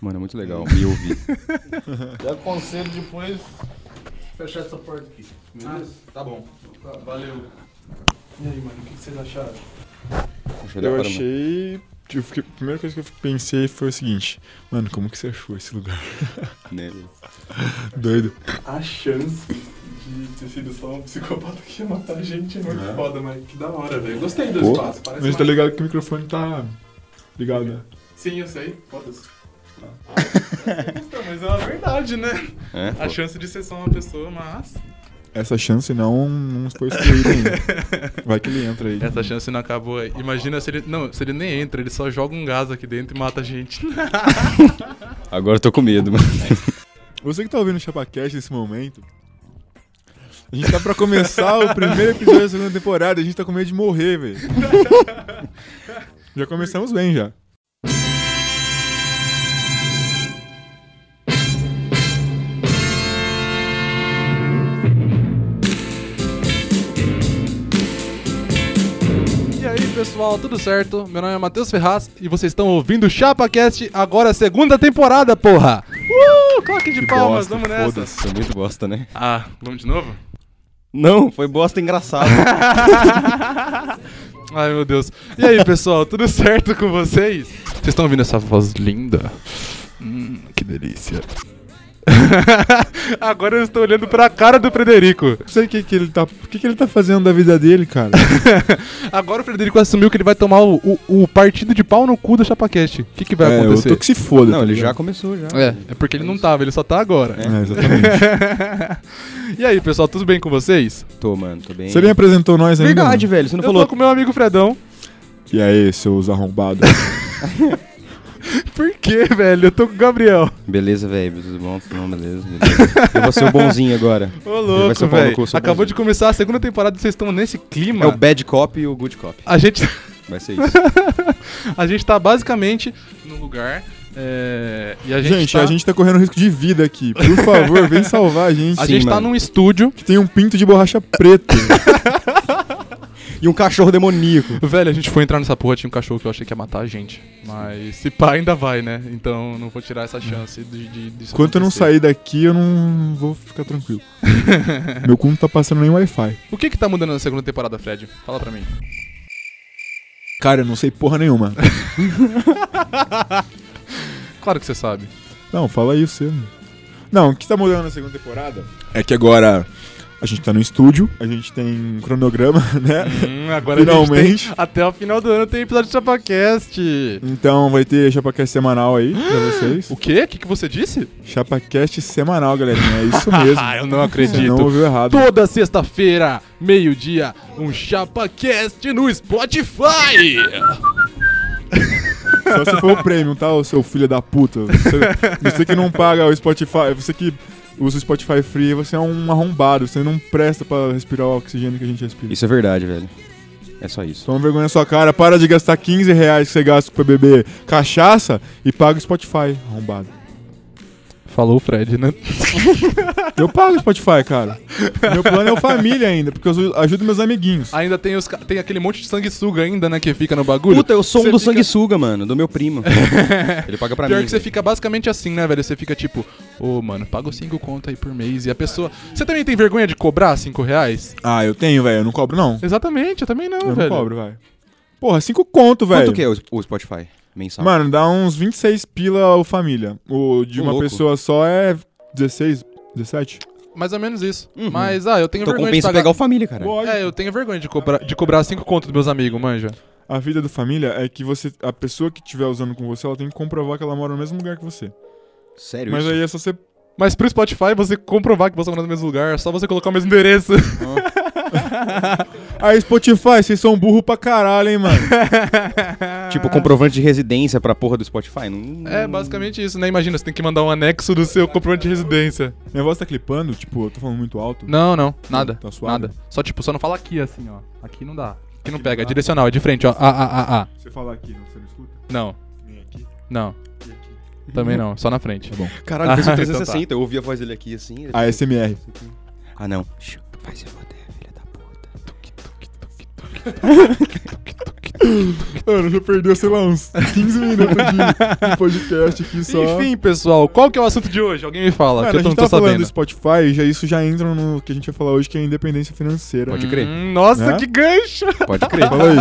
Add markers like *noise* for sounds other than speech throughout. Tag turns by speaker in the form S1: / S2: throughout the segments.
S1: Mano, é muito legal me ouvir.
S2: Hum. *laughs* Eu aconselho depois fechar essa porta aqui. Beleza?
S1: Tá bom.
S2: Tá, valeu. E aí, mano, o que que vocês acharam?
S3: Eu achei. eu fiquei- a primeira coisa que eu pensei foi o seguinte: Mano, como que você achou esse lugar? *laughs* Doido.
S2: A chance de ter sido só um psicopata que ia matar a gente é
S1: Né?
S2: muito foda, mas que da hora, velho. Gostei do
S3: Pô,
S2: espaço, parece
S3: Mas tá
S2: mais-
S3: ligado que o microfone tá ligado, né?
S2: Sim, eu sei, foda-se.
S1: Tá.
S2: Então, mas é uma verdade, né?
S1: É,
S2: A
S1: pô.
S2: chance de ser só uma pessoa, mas.
S3: Essa chance não, não foi excluída ainda. Vai que ele entra aí.
S2: Essa chance não acabou aí. Imagina se ele. Não, se ele nem entra, ele só joga um gás aqui dentro e mata a gente.
S1: Agora eu tô com medo, mano.
S3: Você que tá ouvindo o ChapaCast nesse momento, a gente tá pra começar o primeiro episódio da segunda temporada e a gente tá com medo de morrer, velho. já começamos bem, já.
S2: *laughs* E aí, pessoal, tudo certo? Meu nome é Matheus Ferraz e vocês estão ouvindo o ChapaCast, agora é a segunda temporada, porra! Uh! Coloque de palmas,
S3: bosta,
S2: vamos nessa!
S1: Foda-se, foi muito bosta, né?
S2: Ah, vamos de novo?
S1: Não, foi bosta engraçado.
S2: Ai, meu Deus. E aí, pessoal, tudo *laughs* certo com vocês? Vocês estão ouvindo essa voz linda? Hum, que delícia. *laughs* Agora eu estou olhando pra cara do Frederico. *laughs*
S3: Não sei o que, que ele tá. O que, que ele tá fazendo da vida dele, cara?
S2: Agora o Frederico assumiu que ele vai tomar o, o- o partido de pau no cu do Chapaquete. O que, que vai
S3: é, eu
S2: acontecer?
S3: tô que se foda.
S1: Não,
S3: tá
S1: ele já
S3: ligado?
S1: começou já.
S2: É, é porque ele não tava, ele só tá agora.
S3: É,
S2: *laughs*
S3: exatamente.
S2: e aí, pessoal, tudo bem com vocês?
S1: Tô, mano, tô bem.
S3: Você nem apresentou nós ainda?
S1: Verdade,
S3: mano?
S1: velho, você não
S2: eu
S1: falou.
S2: tô com meu amigo Fredão.
S3: E aí, seus arrombados?
S2: Por quê, velho? Eu tô com o Gabriel.
S1: Beleza, velho, tudo bom? Tudo bom, beleza, beleza. *laughs* Eu vou ser o bonzinho agora.
S2: Ô,
S1: Ele vai
S2: louco,
S1: ser o Paulo
S2: velho.
S1: Coelho, seu
S2: Acabou de
S1: bonzinho.
S2: começar a segunda temporada e vocês estão nesse clima.
S1: É o bad cop e o good cop.
S2: A gente,
S1: Vai ser isso.
S2: a gente tá basicamente no lugar. é, E *laughs* a gente,
S3: gente,
S2: tá,
S3: a gente tá correndo risco de vida aqui. Por favor, vem salvar a gente.
S2: a
S1: Sim,
S2: gente tá
S1: mano.
S2: num estúdio.
S3: Que tem um pinto de borracha preto.
S1: E um cachorro demoníaco.
S2: Velho, a gente foi entrar nessa porra, tinha um cachorro que eu achei que ia matar a gente. Mas se pá, ainda vai, né? Então não vou tirar essa chance de, de, disso
S3: Enquanto eu não
S2: acontecer.
S3: sair daqui, eu não vou ficar tranquilo.
S2: *laughs*
S3: Meu cu não tá passando nem Wi-Fi.
S2: O que que tá mudando na segunda temporada, Fred? Fala pra mim.
S3: Cara, eu não sei porra nenhuma.
S2: Claro que você sabe.
S3: Não, fala aí você. mano. Não, o que tá mudando na segunda temporada é que agora a gente tá no estúdio, a gente tem um cronograma, *laughs* né?
S2: Hum, agora a gente
S3: Finalmente.
S2: tem- até o final do ano tem episódio do ChapaCast.
S3: Então vai ter ChapaCast semanal
S2: *gasps*
S3: aí pra vocês.
S2: O quê? O que, que você disse?
S3: ChapaCast semanal, galerinha. É
S2: *laughs*
S3: isso mesmo.
S2: Ah, eu não
S3: Você não
S2: acredito.
S3: ouviu errado.
S2: Toda sexta-feira, meio-dia, um ChapaCast no Spotify.
S3: Só se for o premium, tá, ô seu filho da puta? Você, você que não paga o Spotify, você que usa o Spotify Free, você é um arrombado, você não presta pra respirar o oxigênio que a gente respira.
S1: Isso é verdade, velho. É só isso.
S3: Toma vergonha na sua cara, para de gastar 15 reais que você gasta pra beber cachaça e paga o Spotify, arrombado.
S2: Falou o Fred, né?
S3: Eu pago o Spotify, cara. Meu plano é o família ainda, porque eu ajudo- ajudo meus amiguinhos.
S2: Ainda tem, os, ca- tem aquele monte de sanguessuga ainda, né, que fica no bagulho.
S1: Puta, eu sou um
S2: Você
S1: do
S2: fica-
S1: sanguessuga, mano, do meu primo. *laughs* Ele paga pra
S2: Pior
S1: mim.
S2: que você
S1: velho.
S2: fica basicamente assim, né, velho? Você fica tipo, ô, mano, paga os 5 conto aí por mês. E a pessoa. Você também tem vergonha de cobrar 5 reais?
S3: Ah, eu tenho, velho, eu não cobro não.
S2: Exatamente, eu também não,
S3: Eu não
S2: velho.
S3: cobro, vai. Porra, cinco conto, velho.
S1: Quanto que é o o Spotify mensal?
S3: Mano, dá uns 26 pila o família. O de
S1: Ô,
S3: uma
S1: louco.
S3: pessoa só é 16, 17?
S2: Mais ou menos isso.
S1: Uhum.
S2: Mas, ah, eu tenho
S1: então
S2: vergonha de
S1: compensa
S2: pagar.
S1: pegar o família, cara.
S3: Lógico.
S2: É, eu tenho vergonha de cobrar 5 de cobrar cinco conto dos meus amigos, manja.
S3: A vida do família é que você. A pessoa que estiver usando com você, ela tem que comprovar que ela mora no mesmo lugar que você.
S1: Sério
S3: Mas
S1: isso?
S3: aí é só você.
S2: Mas pro Spotify, você comprovar que você mora no mesmo lugar, é só você colocar o mesmo endereço.
S3: Aí, Spotify, vocês são burro pra caralho, hein, mano. *laughs*
S1: Tipo, comprovante de residência pra porra do Spotify. Não...
S2: É, basicamente isso, né? Imagina, você tem que mandar um anexo do seu comprovante de residência.
S3: Minha voz tá clipando, tipo, eu tô falando muito alto.
S2: Não, não, nada.
S3: Tá suave?
S2: Nada. Só tipo, só não fala aqui assim, ó. Aqui não dá. Aqui não pega, é direcional, é de frente, ó. Ah, ah, ah, ah.
S3: Você falar aqui, não, você não escuta?
S2: Não,
S3: Nem aqui.
S2: não.
S3: nem aqui.
S2: Também não, só na frente.
S1: Caralho, fez um
S2: Ah, então
S1: 360. Eu ouvi a voz dele aqui assim. ele-
S3: A SMR.
S1: Ah, não. Vai se foder, filha da puta.
S3: *laughs* Mano, já perdeu, sei lá, uns 15 minutos de, *laughs* de podcast aqui só.
S2: Enfim, pessoal, qual que é o assunto de hoje? Alguém me fala,
S3: Mano,
S2: que
S3: a
S2: eu não
S3: gente
S2: tô
S3: tá falando do
S2: sabendo.
S3: Spotify, já, isso já entra no que a gente vai falar hoje, que é a independência financeira.
S1: Pode crer.
S2: Hum, nossa,
S3: Né?
S2: que gancho!
S1: Pode crer.
S3: Fala aí.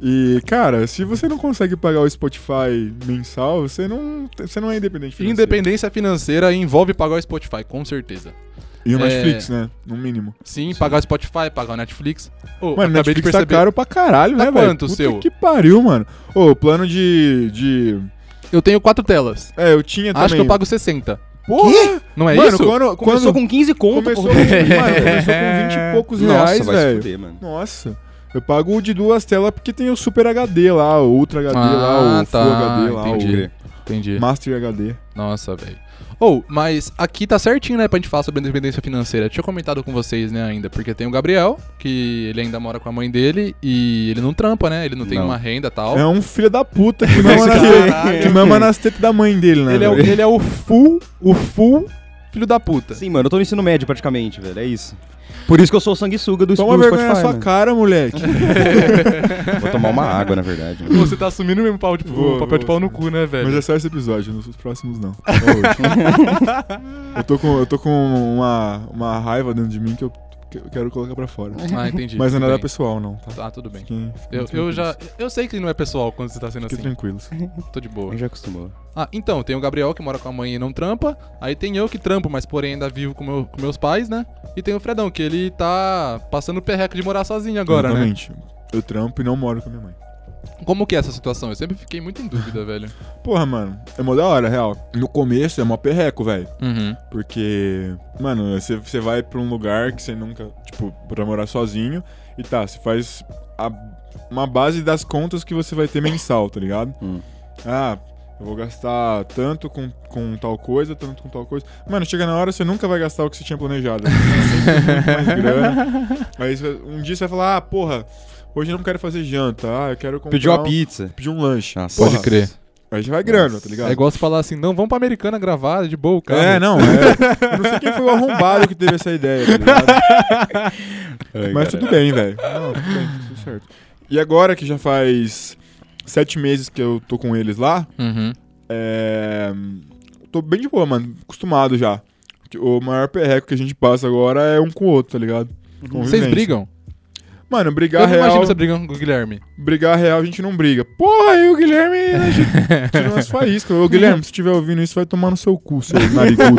S3: E, cara, se você não consegue pagar o Spotify mensal, você não, você não é independente financeiro.
S2: Independência financeira envolve pagar o Spotify, com certeza.
S3: E o
S2: É.
S3: Netflix, né? No mínimo.
S2: Sim,
S1: Sim.
S2: pagar o Spotify, pagar o Netflix. Ô,
S3: Mano,
S2: acabei de
S3: Netflix tá
S2: perceber.
S3: caro pra caralho,
S2: Tá
S3: né, velho?
S2: quanto o
S3: Puta
S2: seu?
S3: que pariu, mano. Ô, o plano de, de...
S2: Eu tenho quatro telas.
S3: É, eu tinha também.
S2: Acho que eu pago 60.
S3: Porra!
S2: Não é
S3: mano,
S2: isso?
S3: *laughs* quando...
S1: Começou
S3: quando...
S1: com 15 conto.
S3: Começou,
S1: porra.
S3: mano, começou com 20
S2: *laughs*
S3: e poucos reais,
S1: *laughs* Nossa, vai se
S3: velho.
S1: fuder, mano.
S3: Nossa, eu pago o de duas telas porque tem o Super HD lá, o Ultra HD
S2: Ah,
S3: lá, o
S2: tá,
S3: Full HD lá,
S1: Pode
S2: entendi.
S1: crer.
S2: Entendi.
S3: o Master HD.
S2: Nossa, velho. Ou, mas aqui tá certinho, né, pra gente falar sobre independência financeira. Eu tinha comentado com vocês, né, ainda, porque tem o Gabriel, que ele ainda mora com a mãe dele e ele não trampa, né? Ele não tem
S1: Não.
S2: uma renda e tal.
S3: É um filho da
S2: *laughs*
S3: puta que mama, nas,
S2: Caralho.
S3: que mama nas tetas da mãe dele, né?
S2: Ele é, o,
S3: velho?
S2: ele é o full, o full filho da puta.
S1: Sim, mano, eu tô no ensino médio praticamente, velho. É isso. Por isso que eu sou o sanguessuga do
S3: Toma
S1: do
S3: vergonha na sua
S1: mano.
S2: *laughs*
S3: cara,
S2: É
S3: moleque.
S1: Vou tomar uma água, na verdade. né?
S2: Você tá assumindo mesmo pau de,
S3: um Vou,
S2: o papel de
S3: vou.
S2: pau no cu, né, velho?
S3: Mas é só esse episódio, nos próximos não. Só
S2: *laughs*
S3: o último. eu tô com, eu tô com uma, uma raiva dentro de mim que eu, que eu quero colocar pra fora.
S2: *laughs* Ah, entendi.
S3: Mas não
S2: tudo
S3: é nada
S2: bem.
S3: pessoal, não, tá?
S2: Tá, tudo bem.
S3: Fiquem- fiquem
S2: Eu, eu
S3: tranquilos.
S2: já. Eu sei que não é pessoal quando você tá sendo
S3: Fiquem
S2: assim.
S3: tranquilos.
S2: Tô de boa.
S1: Ele já acostumou.
S2: Ah, então, tem o Gabriel que mora com a mãe e não trampa. Aí tem eu que trampo, mas porém ainda vivo com, meu- com meus pais, né? E tem o Fredão, que ele tá passando o perreco de morar sozinho agora, né?
S3: Exatamente. Eu trampo e não moro com a minha mãe.
S2: Como que é essa situação? Eu sempre fiquei muito em dúvida, velho.
S3: Porra, mano, é mó da hora, real. No começo é mó perreco, velho.
S2: Uhum.
S3: Porque, mano, você- você vai pra um lugar que você nunca, tipo, pra morar sozinho. E tá, você faz a- uma base das contas que você vai ter mensal, tá ligado?
S1: Hum.
S3: Ah, eu vou gastar tanto com, com tal coisa, tanto com tal coisa. Mano, chega na hora, você nunca vai gastar o que você tinha planejado. Você sempre tem
S2: *laughs*
S3: muito mais grana. Aí você- um dia você vai falar, ah, porra, hoje eu não quero fazer janta. Ah, eu quero comprar
S1: Pediu uma
S3: um-
S1: pizza.
S3: pedir um lanche.
S1: Nossa,
S3: Porra,
S2: Pode crer.
S3: Aí já vai grana, tá ligado?
S2: É igual você falar assim, não, vamos pra Americana gravar, de boa, cara.
S3: É, não, é. Eu não sei quem foi o arrombado que teve essa ideia, tá ligado? *laughs* Mas tudo bem, velho. Não, tudo bem, tá tudo certo. E agora que já faz sete meses que eu tô com eles lá,
S2: Uhum.
S3: é... Tô bem de boa, mano. Acostumado já. O maior perreco que a gente passa agora é um com o outro, tá ligado?
S2: Vocês
S3: Convivência.
S2: brigam?
S3: Mano,
S2: Eu
S3: brigar
S2: não imagino
S3: real,
S2: você brigando com o Guilherme.
S3: brigar real a gente não briga. Porra, aí o Guilherme né, gente tira umas faíscas. Ô, Guilherme, se estiver ouvindo isso, vai tomar no seu cu, seu narigudo.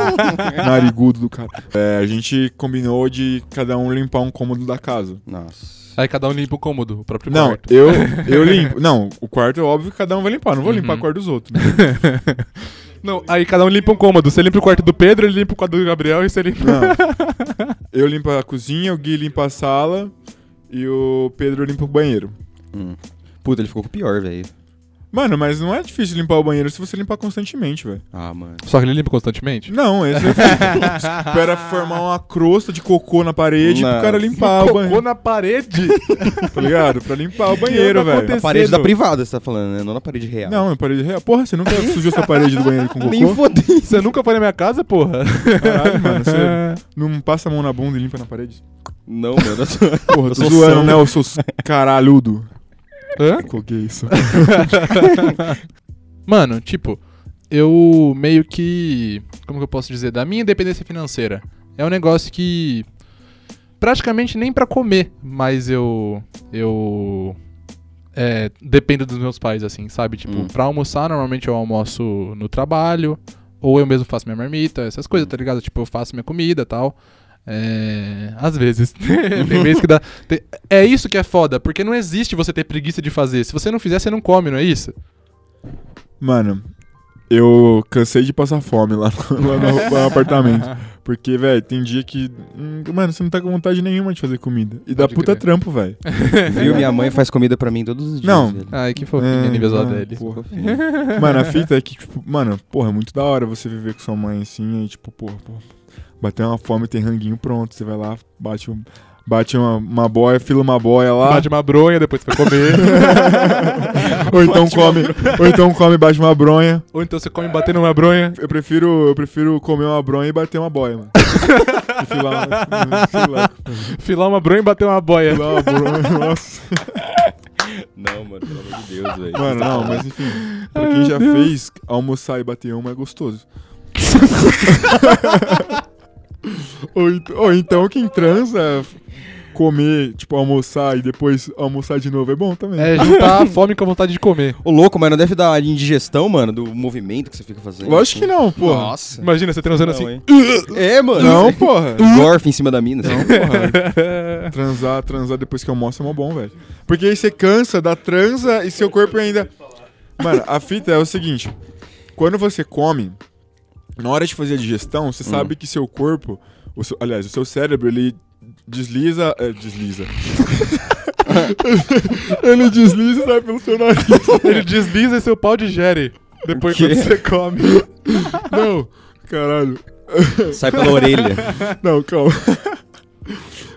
S3: narigudo do cara. É, a gente combinou de cada um limpar um cômodo da casa.
S1: Nossa.
S2: *laughs* Aí cada um limpa o cômodo, o próprio
S3: Não,
S2: quarto.
S3: eu, eu limpo. Não, o quarto é óbvio que cada um vai limpar. Não vou limpar
S2: Uhum.
S3: o quarto dos outros. né?
S2: Não, aí cada um limpa um cômodo. Você limpa o quarto do Pedro, ele limpa o quarto do Gabriel e você limpa.
S3: Não. Eu limpo a cozinha, o Gui limpa a sala e o Pedro limpa o banheiro.
S1: Hum. Puta, ele ficou com o pior, velho.
S3: Mano, mas não é difícil limpar o banheiro se você limpar constantemente, velho.
S1: Ah, mano.
S2: Só que ele limpa constantemente?
S3: Não, esse é Espera formar uma crosta de cocô na parede
S1: Não.
S3: pro cara
S2: *laughs*
S3: limpar o banheiro.
S2: na parede?
S3: Tá ligado? Pra limpar o banheiro,
S2: anda
S3: velho.
S2: acontecendo?
S1: Na parede da privada, você tá falando, né? Não na parede real.
S3: Não, na parede real. Porra, você nunca sujou sua parede do banheiro com
S1: Nem
S3: cocô?
S1: fodei.
S2: *laughs* Você nunca foi na minha casa, porra?
S3: Caralho,
S1: *laughs*
S3: mano. Você não passa a mão na bunda e limpa na parede?
S1: Não, mano. eu
S3: *laughs*
S1: sou-
S3: Porra,
S1: Eu
S3: tô
S1: sou
S3: zoando,
S1: são.
S3: né? Eu sou s- caralhudo.
S2: Hã?
S3: Coguei isso.
S2: Mano, tipo, eu meio que. Como que eu posso dizer? Da minha independência financeira. É um negócio que. Praticamente nem pra comer, mas eu. Eu. É, dependo dos meus pais, assim, sabe? Tipo,
S1: Hum.
S2: pra almoçar, normalmente eu almoço no trabalho, ou eu mesmo faço minha marmita, essas coisas, tá ligado? Tipo, eu faço minha comida e tal. É, às vezes. *laughs* Tem vezes que dá. tem- é isso que é foda, porque não existe você ter preguiça de fazer. Se você não fizer, você não come, não é isso?
S3: Mano, eu cansei de passar fome lá no, lá no- lá no
S1: *laughs*
S3: apartamento. Porque, velho, tem dia que. hum, Mano, você não tá com vontade nenhuma de fazer comida. E dá
S2: Pode
S3: puta
S2: crer.
S3: trampo, velho.
S1: Viu? Minha mãe faz comida pra mim todos os dias.
S3: Não.
S1: velho.
S2: Ai, que fofinho,
S3: É,
S2: nível
S3: mano,
S2: dele.
S3: porra.
S1: Fofinho.
S3: Mano, a fita é que, tipo, mano, porra, é muito da hora você viver com sua mãe assim, aí, tipo, porra, porra. Bater uma fome, tem ranguinho pronto. Você vai lá, bate um. Bate uma, uma boia, fila uma boia lá. *laughs*
S2: Bate uma bronha, depois vai *laughs* comer.
S3: ou então come, ou então come e bate uma bronha.
S2: Ou então você come batendo uma bronha.
S3: Eu prefiro, eu prefiro comer uma bronha e bater uma
S2: *laughs*
S3: boia, mano. e filar, uma- filar,
S2: Filar uma bronha e bater uma boia.
S3: filar uma bronha. Nossa.
S1: Não, mano, pelo amor de Deus, velho.
S3: Mano, não, mas enfim. Pra quem já fez, almoçar e bater uma é gostoso. ou, ent- ou então quem transa, comer, tipo, almoçar e depois almoçar de novo é bom também.
S2: É, juntar a fome com a vontade de comer.
S1: Ô, louco, mas não deve dar indigestão, mano, do movimento que você fica fazendo.
S3: Lógico que não, porra.
S1: Nossa.
S2: Imagina você transando
S1: Não,
S2: assim.
S1: hein? É, mano. *laughs*
S3: Não, porra.
S1: Gorf em cima da mina. assim.
S3: Porra, transar, transar depois que almoça é mó bom, velho. Porque aí você cansa da transa e seu corpo ainda. Mano, a fita é o seguinte: quando você come, na hora de fazer a digestão, você sabe que seu corpo, o seu- aliás, o seu cérebro, ele desliza. é, desliza. ele desliza e sai pelo seu nariz.
S2: *laughs* Ele desliza e seu pau digere. Depois
S1: quê?
S2: quando você come.
S3: Não, caralho.
S1: Sai pela orelha.
S3: Não, calma. *laughs*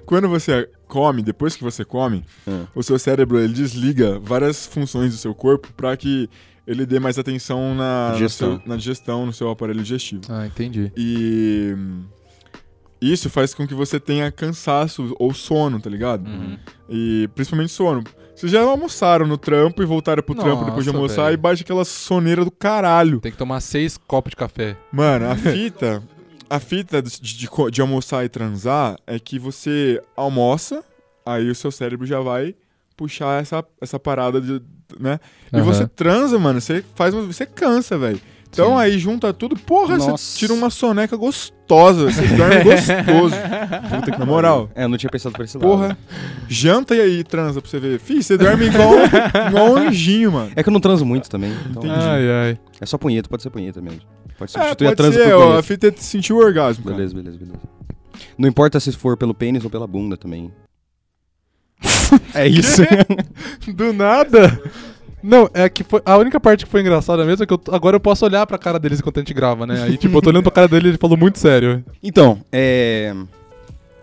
S3: Quando você come, depois que você come,
S1: Ah.
S3: o seu cérebro ele desliga várias funções do seu corpo pra que ele dê mais atenção na
S1: Digestão.
S3: No seu, na digestão, no seu aparelho digestivo.
S2: Ah, entendi.
S3: E hum, isso faz com que você tenha cansaço ou sono, tá ligado?
S2: Uhum.
S3: E principalmente sono. Vocês já almoçaram no trampo e voltaram pro trampo depois de
S2: Nossa,
S3: almoçar
S2: velho.
S3: e bate aquela soneira do caralho.
S2: Tem que tomar seis copos de café.
S3: Mano, a fita. A fita de, de co- de almoçar e transar é que você almoça, aí o seu cérebro já vai puxar essa, essa parada de. né? E
S2: Aham.
S3: você transa, mano, você faz. uma- Você cansa, velho. Então
S2: Sim.
S3: aí junta tudo, porra,
S1: Nossa.
S3: você tira uma soneca gostosa, você *laughs* dorme gostoso. Puta que na moral.
S1: É, eu não tinha pensado pra esse lado.
S3: Porra, janta e aí transa pra você ver. Fih, você dorme igual, igual um anjinho, mano.
S1: É que eu não transo muito também. Então
S3: Entendi.
S2: Ai, ai.
S1: é só punheta, pode ser punheta mesmo. Pode
S3: É,
S1: substituir a
S3: pode
S1: transa
S3: ser,
S1: por
S3: ó,
S1: punheta.
S3: a fita é sentir o orgasmo,
S2: Tá.
S3: cara.
S1: Beleza, beleza, beleza. Não importa se for pelo pênis ou pela bunda
S2: *laughs*
S1: também. é isso.
S2: Do nada? Não, é que foi. A única parte que foi engraçada mesmo é que eu- agora eu posso olhar pra cara deles enquanto a gente grava, né? Aí, tipo, eu tô olhando pra cara dele e ele falou muito sério.
S1: *laughs* Então, é.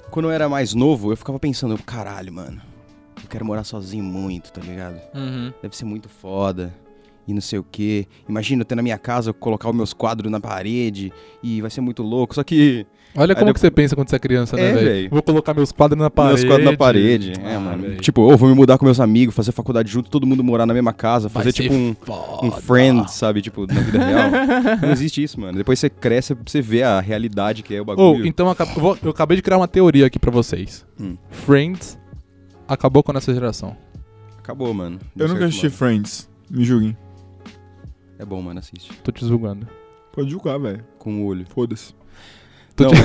S1: Quando eu era mais novo, eu ficava pensando, eu, caralho, mano, eu quero morar sozinho muito, tá ligado?
S2: Uhum.
S1: Deve ser muito foda. E não sei o quê. Imagina eu ter na minha casa, eu colocar os meus quadros na parede e vai ser muito louco. Só que.
S2: Olha
S1: Aí
S2: como
S1: depois-
S2: que você pensa quando você é criança, né,
S1: É,
S2: velho?
S1: velho.
S2: Vou colocar meus quadros na parede.
S1: Meus quadros na parede. É,
S2: Ah,
S1: mano.
S2: velho.
S1: Tipo, ou vou me mudar com meus amigos, fazer faculdade junto, todo mundo morar na mesma casa,
S2: Vai
S1: fazer
S2: ser
S1: tipo um, um friend, sabe? Tipo, na vida real. Não existe isso, mano. Depois você cresce, você vê a realidade que é o
S2: Ou,
S1: bagulho.
S2: então, aca- eu, vou- eu acabei de criar uma teoria aqui pra vocês.
S1: Hum.
S2: Friends acabou com a nossa geração.
S1: Acabou, mano. Deu
S3: Eu nunca
S1: certo,
S3: assisti
S1: mano.
S3: Friends, me julguem.
S1: É bom, mano, assiste.
S2: Tô te julgando.
S3: Pode julgar, velho.
S1: Com o olho.
S3: Foda-se.
S2: Tô
S1: Não, é.
S2: te-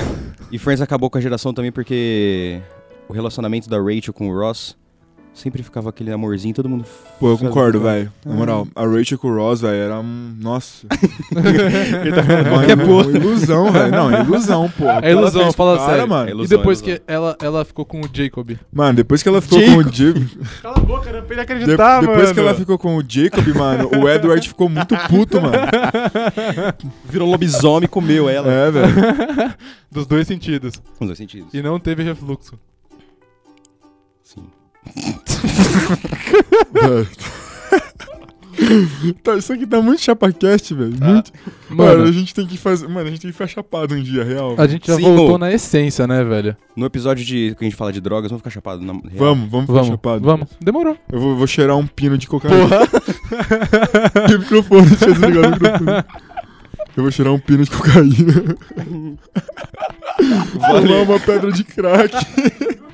S2: *laughs*
S1: e Friends acabou com a geração também porque o relacionamento da Rachel com o Ross sempre ficava aquele amorzinho, todo mundo.
S3: Pô, eu
S1: sabe,
S3: concordo,
S1: ficava- *laughs*
S3: velho. Na moral, a Rachel com o Ross, velho, era um. Nossa. é
S1: Ele tá falando
S3: Uma,
S1: qualquer porra.
S3: uma ilusão, velho. Não, é ilusão, pô.
S2: É ilusão,
S3: fez com
S2: fala
S3: o cara,
S2: sério.
S3: Mano.
S1: É
S2: E
S1: ilusão,
S2: depois
S1: ilusão.
S2: que ela, ela ficou com o Jacob.
S3: mano, depois que ela ficou com o Jacob.
S2: Cala a boca, era pra ele
S3: de- depois que ela ficou com o Jacob, mano, o Edward ficou muito puto, mano.
S1: Virou lobisomem e comeu ela.
S3: É, velho. *laughs*
S2: *laughs* Dos dois sentidos.
S1: Nos dois sentidos.
S2: E não teve refluxo.
S1: Sim.
S3: Tá, isso aqui tá muito chapacast, velho. Muito. Mano, a gente tem que fazer. Mano, a gente tem que ficar chapado um dia, real.
S2: a gente já
S1: Sim,
S2: voltou
S1: ô.
S2: na essência, né, velho?
S1: No episódio de que a gente fala de drogas, vamos ficar chapado. Na... real.
S3: Vamos, vamos ficar
S2: Vamos,
S3: chapado.
S2: vamos. Demorou.
S3: Eu vou, vou cheirar um pino de cocaína. *laughs* Que microfone, deixa eu desligar o microfone. Eu vou cheirar um pino de cocaína.
S2: *laughs*
S3: Fumar uma pedra de crack.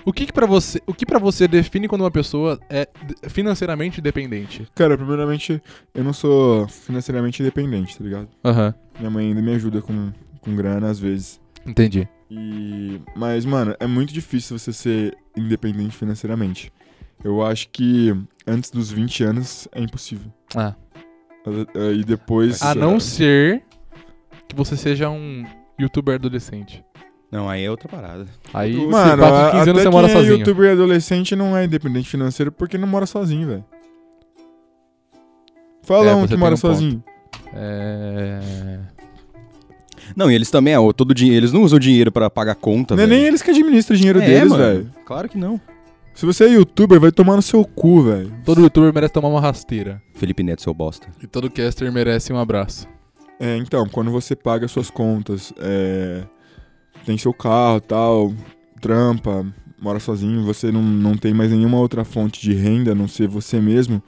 S2: O que que pra você, o que para você define quando uma pessoa é d- financeiramente dependente?
S3: Cara, primeiramente, eu não sou financeiramente independente, tá ligado?
S2: Aham.
S3: Minha mãe ainda me ajuda com, com grana às vezes.
S2: Entendi.
S3: E... Mas, mano, é muito difícil você ser independente financeiramente. Eu acho que antes dos 20 anos é impossível.
S2: Ah.
S3: Eh, E depois.
S2: A não ser que você seja um youtuber adolescente.
S1: Não, aí é outra parada.
S2: Aí você
S3: Mano,
S2: passa 15
S3: até
S2: anos você
S3: quem
S2: mora
S3: é
S2: sozinho.
S3: youtuber adolescente não é independente financeiro porque não mora sozinho, velho. Fala
S2: É,
S3: um
S2: você
S3: que
S2: tem
S3: mora
S2: um ponto.
S3: sozinho.
S2: É...
S1: Não, e eles também, ó, todo dinheiro, eles não usam dinheiro pra pagar conta,
S3: Não é
S1: velho.
S3: nem eles que administram o dinheiro
S1: É,
S3: deles,
S1: mano.
S3: velho.
S1: Claro que não.
S3: Se você é youtuber, vai tomar no seu cu, velho.
S2: Todo youtuber merece tomar uma rasteira.
S1: Felipe Neto, seu bosta.
S2: E todo caster merece um abraço.
S3: É, então, quando você paga suas contas, é, tem seu carro tal, trampa, mora sozinho, você não, não tem mais nenhuma outra fonte de renda a não ser você mesmo,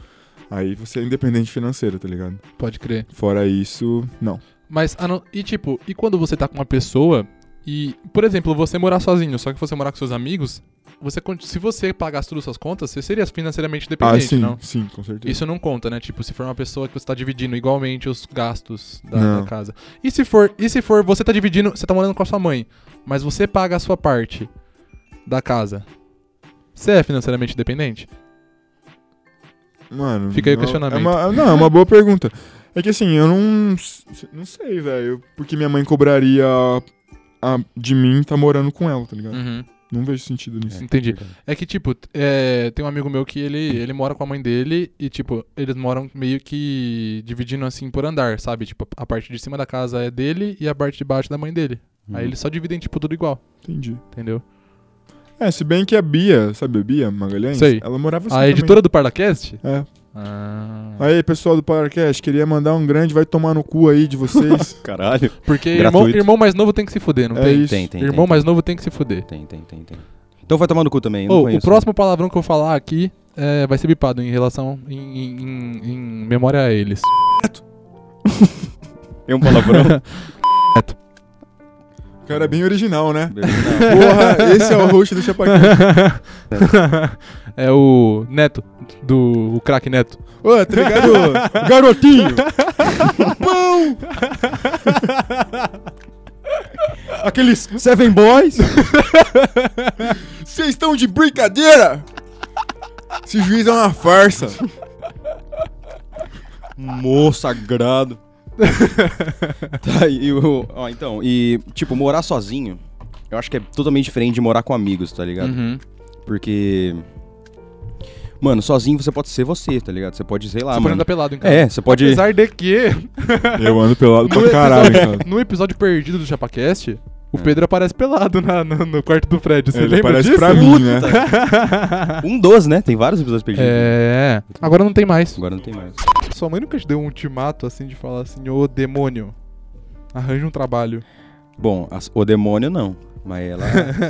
S3: aí você é independente financeiro, tá ligado?
S2: Pode crer.
S3: Fora isso, não.
S2: Mas, ah, não- e tipo, e quando você tá com uma pessoa e, por exemplo, você morar sozinho, só que você morar com seus amigos, você con- se você pagasse todas as suas contas, você seria financeiramente
S3: Ah,
S2: dependente,
S3: sim,
S2: não?
S3: sim, com certeza.
S2: Isso não conta, né? Tipo, se for uma pessoa que você tá dividindo igualmente os gastos da,
S3: Não.
S2: da casa. E se for, e se for você tá dividindo, você tá morando com a sua mãe, mas você paga a sua parte da casa. Você é financeiramente dependente?
S3: Mano,
S2: Fica aí o
S3: não-
S2: questionamento.
S3: é uma- não, é uma boa pergunta. É que assim, eu não, s- não sei, velho, porque minha mãe cobraria a- de mim tá morando com ela, tá ligado?
S2: Uhum.
S3: Não vejo sentido nisso.
S2: Entendi.
S1: Uhum.
S2: É que, tipo, t- é, tem um amigo meu que ele, ele mora com a mãe dele e, tipo, eles moram meio que dividindo assim por andar, sabe? Tipo, a parte de cima da casa é dele e a parte de baixo da mãe dele.
S1: Uhum.
S2: Aí eles só dividem, tipo, tudo igual,
S3: Entendi.
S2: entendeu?
S3: É, se bem que a Bia, sabe a Bia Magalhães?
S2: Sei.
S3: Ela morava assim
S2: a
S3: também.
S2: editora do Parlacast?
S3: É.
S2: Ah.
S3: Aí, pessoal do Powercast, queria mandar um grande vai tomar no cu aí de
S2: *laughs*
S3: vocês.
S1: Caralho.
S2: Porque irmão,
S1: Gratuito.
S2: irmão mais novo tem que se fuder, não
S3: É
S2: tem?
S3: isso.
S1: Tem, tem.
S2: irmão
S1: tem,
S2: mais novo tem que se fuder.
S1: Tem, tem, tem, tem. Então vai tomar no cu também. eu não
S2: Ô, o
S1: conheço.
S2: próximo palavrão que eu falar aqui é, vai ser bipado em relação. em, em- em- em memória a eles.
S1: É um palavrão. *laughs*
S3: O cara é bem original, né?
S1: Não,
S3: Porra, esse é o host do Chapaquim.
S2: *laughs* é o Neto, do o craque Neto.
S3: Ô, tá ligado? *laughs* Garotinho! Pão! *laughs* Aqueles Seven Boys! Vocês estão de brincadeira? Esse juiz é uma farsa.
S1: Amor sagrado. tá, e o. Ó, então, e, tipo, morar sozinho, eu acho que é totalmente diferente de morar com amigos, tá ligado?
S2: Uhum.
S1: Porque. Mano, sozinho você pode ser você, tá ligado? Você pode, sei lá,
S2: Você pode
S1: mano.
S2: andar pelado em casa.
S1: É, você pode.
S2: então. Apesar de que,
S3: Eu ando pelado
S2: No *laughs*
S3: pra caralho, cara. É.
S2: no episódio perdido do ChapaCast, o Pedro aparece pelado na- no, no quarto do Fred. Você
S3: Ele
S2: lembra
S3: parece
S2: disso?
S3: pra mim, né?
S1: Um dos, né? Tem vários episódios perdidos.
S2: *laughs* É. Agora não tem mais.
S1: Agora não tem mais.
S2: Sua mãe nunca te deu um ultimato assim de falar assim, ô demônio, arranja um trabalho.
S1: Bom, as- o demônio não. Mas
S2: *laughs*
S1: ela,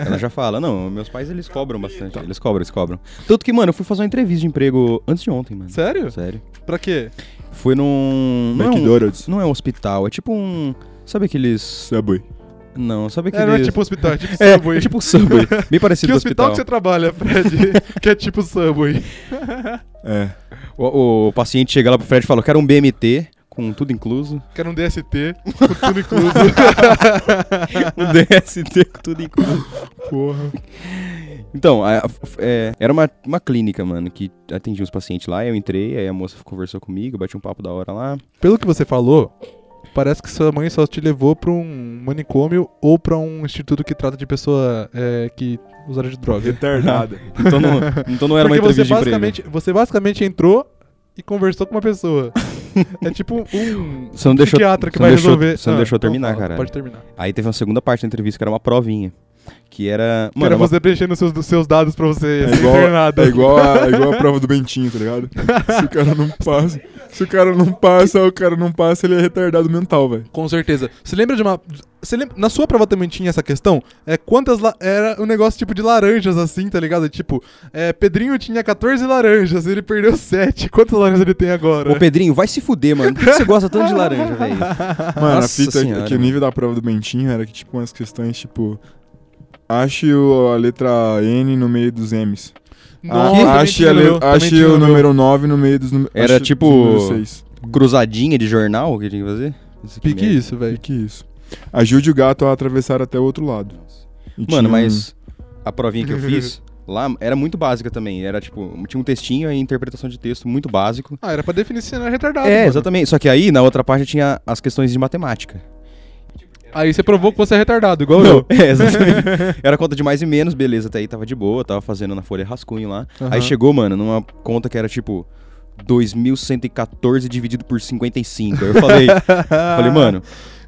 S1: ela já fala, não, meus pais eles cobram bastante. Eles cobram, eles cobram. Tanto que, mano, eu fui fazer uma entrevista de emprego antes de ontem, mano.
S2: Sério?
S1: Sério.
S2: Pra quê?
S1: Foi num. não é um-
S3: McDonald's.
S1: Não é um hospital, é tipo um. Sabe aqueles.
S3: Subway.
S1: Não, sabe
S2: É,
S1: aqueles.
S2: não é tipo hospital, é tipo
S1: *laughs* É,
S2: Subway.
S1: é tipo um subway.
S2: *laughs*
S1: Bem
S2: que
S1: parecido
S2: hospital,
S1: com hospital.
S2: que você trabalha, Fred? *laughs* que é tipo Subway.
S3: É.
S1: o, o paciente chega lá pro Fred e fala: Eu quero um BMT, com tudo
S2: *laughs*
S1: incluso.
S2: Que era um DST, com tudo incluso.
S1: um DST com tudo incluso.
S3: Porra.
S1: Então, a- a- f- é, era uma, uma clínica, mano, que atendia uns pacientes lá. Eu entrei, aí a moça conversou comigo, bati um papo da hora lá.
S2: Pelo que você falou, parece que sua mãe só te levou pra um manicômio ou pra um instituto que trata de pessoa é, que usuária de droga.
S3: Retardada.
S1: Então não, então não era uma
S2: Porque você
S1: entrevista de emprego.
S2: basicamente, você basicamente entrou e conversou com
S1: *laughs*
S2: uma pessoa. é tipo um
S1: Você não deixou,
S2: psiquiatra que
S1: você não
S2: vai
S1: deixou-
S2: resolver.
S1: Você não
S2: Ah,
S1: deixou eu
S2: então
S1: terminar,
S2: fala,
S1: cara.
S2: Pode terminar.
S1: Aí teve uma segunda parte da entrevista que era uma provinha. Que era.
S2: Mano,
S1: era é uma-
S2: você preenchendo seus, seus dados pra você *laughs*
S3: É
S2: ser
S3: igual,
S2: internado.
S3: é, igual a, é igual a prova do Bentinho, tá ligado? Se o cara não passa, se o cara não passa, o cara não passa, ele é retardado mental, velho.
S2: Com certeza. Você lembra de uma. Você lembra... Na sua prova também tinha essa questão? É quantas. la- Era um negócio tipo de laranjas assim, tá ligado? Tipo, é, Pedrinho tinha 14 laranjas, ele perdeu 7. Quantas laranjas ele tem agora?
S1: Ô Pedrinho, vai se fuder, mano. Por que você gosta tanto de
S2: *laughs*
S1: laranja, velho?
S3: Mano,
S1: Nossa
S3: a fita é que- é
S1: senhora,
S3: que o nível da prova do Bentinho era que, tipo, umas questões, tipo. Ache o- a letra N no meio dos M's.
S2: Nossa,
S3: Ah,
S2: também
S3: ache
S2: tinha
S3: a
S2: no
S3: le-
S2: meu, também
S3: ache
S2: tinha um no
S3: o
S2: meu.
S3: número 9 no meio dos números.
S1: Era tipo-
S3: Seis.
S1: Cruzadinha de jornal, o que tinha que fazer? Isso aqui
S2: Que que é
S1: mesmo.
S2: isso,
S3: Que
S2: velho?
S3: que é isso? Ajude o gato a atravessar até o outro lado. E tinha
S1: Mano,
S3: um-
S1: mas a provinha que eu fiz
S2: *laughs*
S1: lá era muito básica também. Era tipo, tinha um textinho e interpretação de texto muito básico.
S2: Ah, era pra definir se não é retardado.
S1: é,
S2: mano.
S1: exatamente. Só que aí na outra parte tinha as questões de matemática.
S2: Aí você provou que você é retardado, igual
S1: Não,
S2: eu.
S1: *laughs* é,
S2: *laughs*
S1: exatamente. Era conta de mais e menos, beleza. Até aí tava de boa, tava fazendo na folha rascunho lá.
S2: Aham.
S1: Aí chegou, mano, numa conta que era tipo 2114 dividido por 55. Aí eu
S2: *laughs*
S1: falei, falei, *laughs* mano,